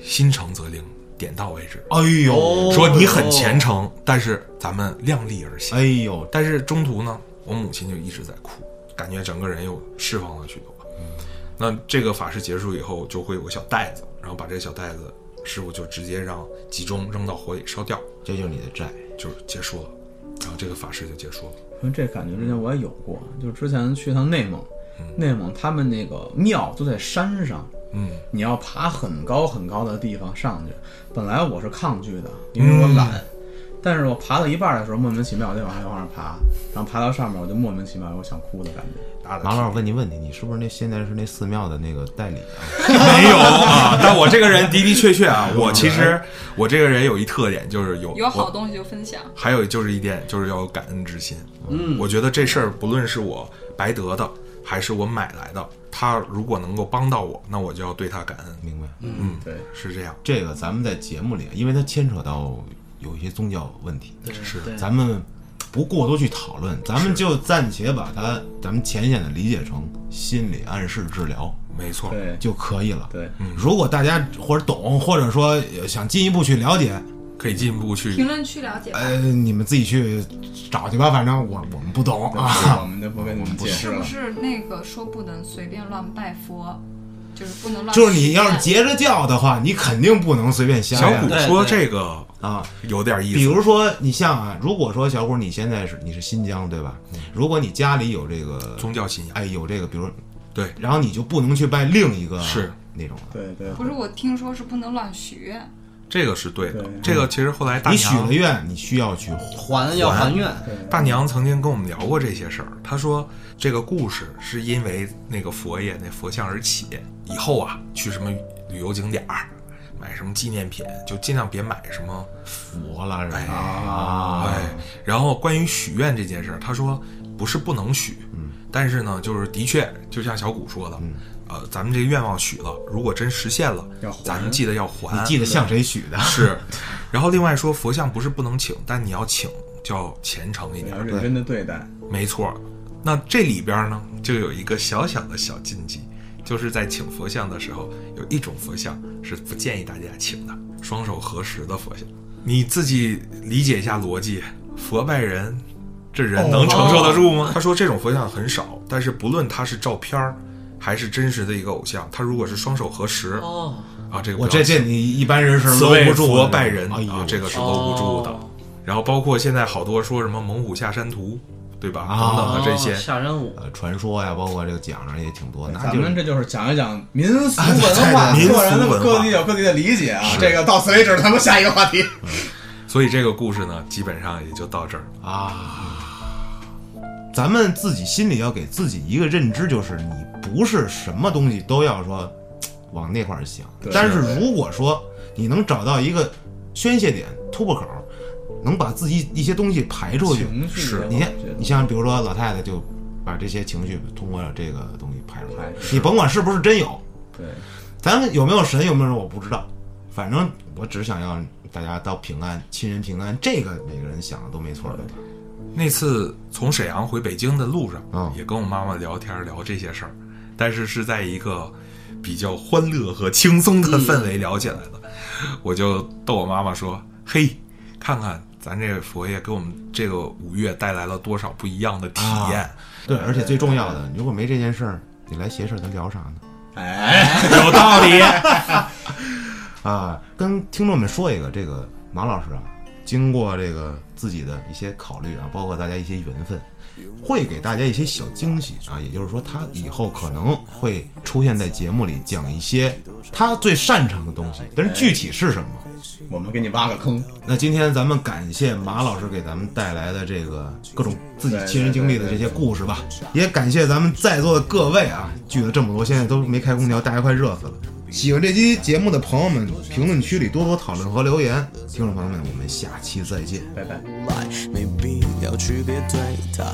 S3: 心诚则灵，点到为止。
S1: 哎呦，
S3: 说你很虔诚，但是咱们量力而行。
S1: 哎呦，
S3: 但是中途呢，我母亲就一直在哭，感觉整个人又释放了许多。那这个法事结束以后，就会有个小袋子，然后把这个小袋子，师傅就直接让集中扔到火里烧掉，
S1: 这就是你的债。
S3: 就结束了。然后这个法事就结束了。
S2: 因为这感觉之前我也有过，就是之前去趟内蒙，内蒙他们那个庙都在山上，
S3: 嗯，
S2: 你要爬很高很高的地方上去。本来我是抗拒的，因为我懒，但是我爬到一半的时候，莫名其妙我就往上往上爬，然后爬到上面我就莫名其妙有想哭的感觉。
S3: 大的
S1: 马老师问你问题，你是不是那现在是那寺庙的那个代理啊？
S3: 没有啊，但我这个人的的确确啊，我其实我这个人有一特点，就是有
S5: 有好
S3: 我
S5: 东西就分享。
S3: 还有就是一点，就是要有感恩之心。嗯，我觉得这事儿不论是我白得的，还是我买来的，他如果能够帮到我，那我就要对他感恩。
S1: 明白。
S3: 嗯，
S2: 对，
S3: 是这样。
S1: 这个咱们在节目里，因为它牵扯到有一些宗教问题，
S3: 是
S4: 对
S1: 咱们不过多去讨论，咱们就暂且把它咱们浅显的理解成心理暗示治疗
S3: 没错。
S2: 对
S1: 就可以了。
S2: 对，
S1: 如果大家或者懂，或者说呃想进一步去了解，
S3: 可以进一步去
S5: 评论区了解吧，
S1: 呃，你们自己去找去吧，反正我我们不懂啊。
S2: 所以我们就不跟你们解释
S5: 是
S2: 了
S5: 不。是那个说不能随便乱拜佛，就是不能乱许 愿？
S1: 就是你要是截着教的话，你肯定不能随便瞎
S3: 小
S1: 呀
S3: 谷
S4: 对
S3: 说
S4: 对
S3: 这个
S1: 啊。
S3: 有点意思。
S1: 比如说，你像啊，如果说小虎
S3: 嗯
S1: 你现在是你是新疆对吧？如果你家里有这个
S3: 宗教信仰，
S1: 哎，有这个，比如
S3: 对，
S1: 然后你就不能去拜另一个
S3: 是
S1: 那种的。
S2: 对对，
S5: 不是我听说是不能乱许愿，
S3: 这个是对的
S2: 对。
S3: 这个其实后来大
S1: 你许
S3: 娘
S1: 了愿，你需要去还。
S4: 还要还愿，
S3: 大娘曾经跟我们聊过这些事儿，她说这个故事是因为那个佛爷那佛像而起，以后啊去什么旅游景点儿，买什么纪念品，就尽量别买什么
S1: 佛了是吧？
S3: 哎
S1: 啊，
S3: 哎，然后关于许愿这件事儿，他说不是不能许，嗯，但是呢，就是的确，就像小谷说的，
S1: 嗯
S3: 呃，咱们这个愿望许了，如果真实现了
S2: 要，还
S3: 咱们记得要还，
S1: 你记得向谁许的？
S3: 是。然后另外说，佛像不是不能请，但你要请，就要虔诚一
S2: 你
S3: 点
S2: 要，认真的对待，
S3: 没错。那这里边呢，就有一个小小的小禁忌，就是在请佛像的时候，有一种佛像是不建议大家请的，双手合十的佛像。你自己理解一下逻辑，佛拜人，这人
S4: 哦
S3: 能承受得住吗？他说这种佛像很少，但是不论他是照片儿还是真实的一个偶像，他如果是双手合十，
S4: 哦，
S3: 啊，这个
S1: 我
S3: 不要
S1: 这这你一般人是
S3: 此
S1: 搂
S3: 谓
S1: 不住
S3: 佛
S1: 的
S3: 拜人
S1: 哎
S3: 啊
S1: 呦，，
S3: 这个是搂不住的
S4: 哦。
S3: 然后包括现在好多说什么猛虎下山图，对吧？
S1: 啊
S3: 等等的这些
S4: 哦，吓人舞，
S1: 呃传说呀，包括这个讲上也挺
S3: 哎
S1: 多，那
S2: 咱
S1: 就
S2: 们
S1: 是
S2: 这就是讲一讲民俗文化，
S3: 啊对对对
S2: 个人
S3: 民俗文
S2: 的
S3: 化
S2: 各地有各地的理解啊。这个到此为止，咱们下一个 话题。
S3: 所以这个故事呢，基本上也就到这儿。
S1: 啊。咱们自己心里要给自己一个认知，就是你不是什么东西都要说嘖往那块儿想
S2: 对。
S1: 但是如果说你能找到一个宣泄点、突破口，能把自己一些东西排出去，
S2: 情绪
S3: 是
S2: 我
S1: 你像
S2: 觉得
S1: 你像比如说老太太就把这些情绪通过这个东西排出来
S2: 排出，
S1: 你甭管是不是真有，
S2: 对，
S1: 咱们有没有神有没有人我不知道，反正我只想要大家到平安，亲人平安，这个每个人想的都没错的。
S3: 那次从沈阳回北京的路上，
S1: 嗯
S3: 也跟我妈妈聊天聊这些事儿，但是是在一个比较欢乐和轻松的氛围聊起来的。我就逗我妈妈说：“嘿，看看咱这佛爷给我们这个五月带来了多少不一样的体验。
S1: 对，而且最重要的，如果没这件事儿，你来邪事儿咱聊啥呢？
S2: 哎，
S3: 有道理。
S1: 啊，跟听众们说一个，这个马老师啊，经过这个自己的一些考虑啊，包括大家一些缘分，会给大家一些小惊喜啊。也就是说，他以后可能会出现在节目里，讲一些他最擅长的东西，但是具体是什么？
S2: 我们给你挖个坑，
S1: 那今天咱们感谢马老师给咱们带来的这个各种自己亲身经历的这些故事吧，也感谢咱们在座的各位啊，聚了这么多，现在都没开空调，大家快热死了。喜欢这期节目的朋友们，评论区里多多讨论和留言。听众朋友们，我们下期再见。
S2: 拜拜。
S7: 来，没必要区别对待。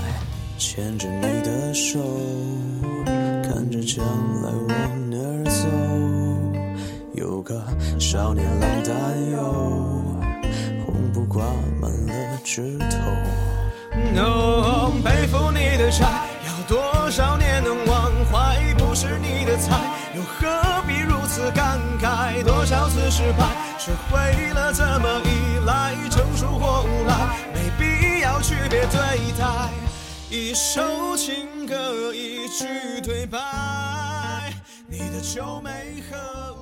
S7: 牵着你的手，看着将来往哪儿走。有个少年郎担忧，红布挂满了枝头。no，背负你的债，要多少年能忘怀？不是你的菜，又何必如此感慨？多少次失败，学会了怎么依赖，成熟或无赖，没必要区别对待。一首情歌，一句对白，你的愁眉和。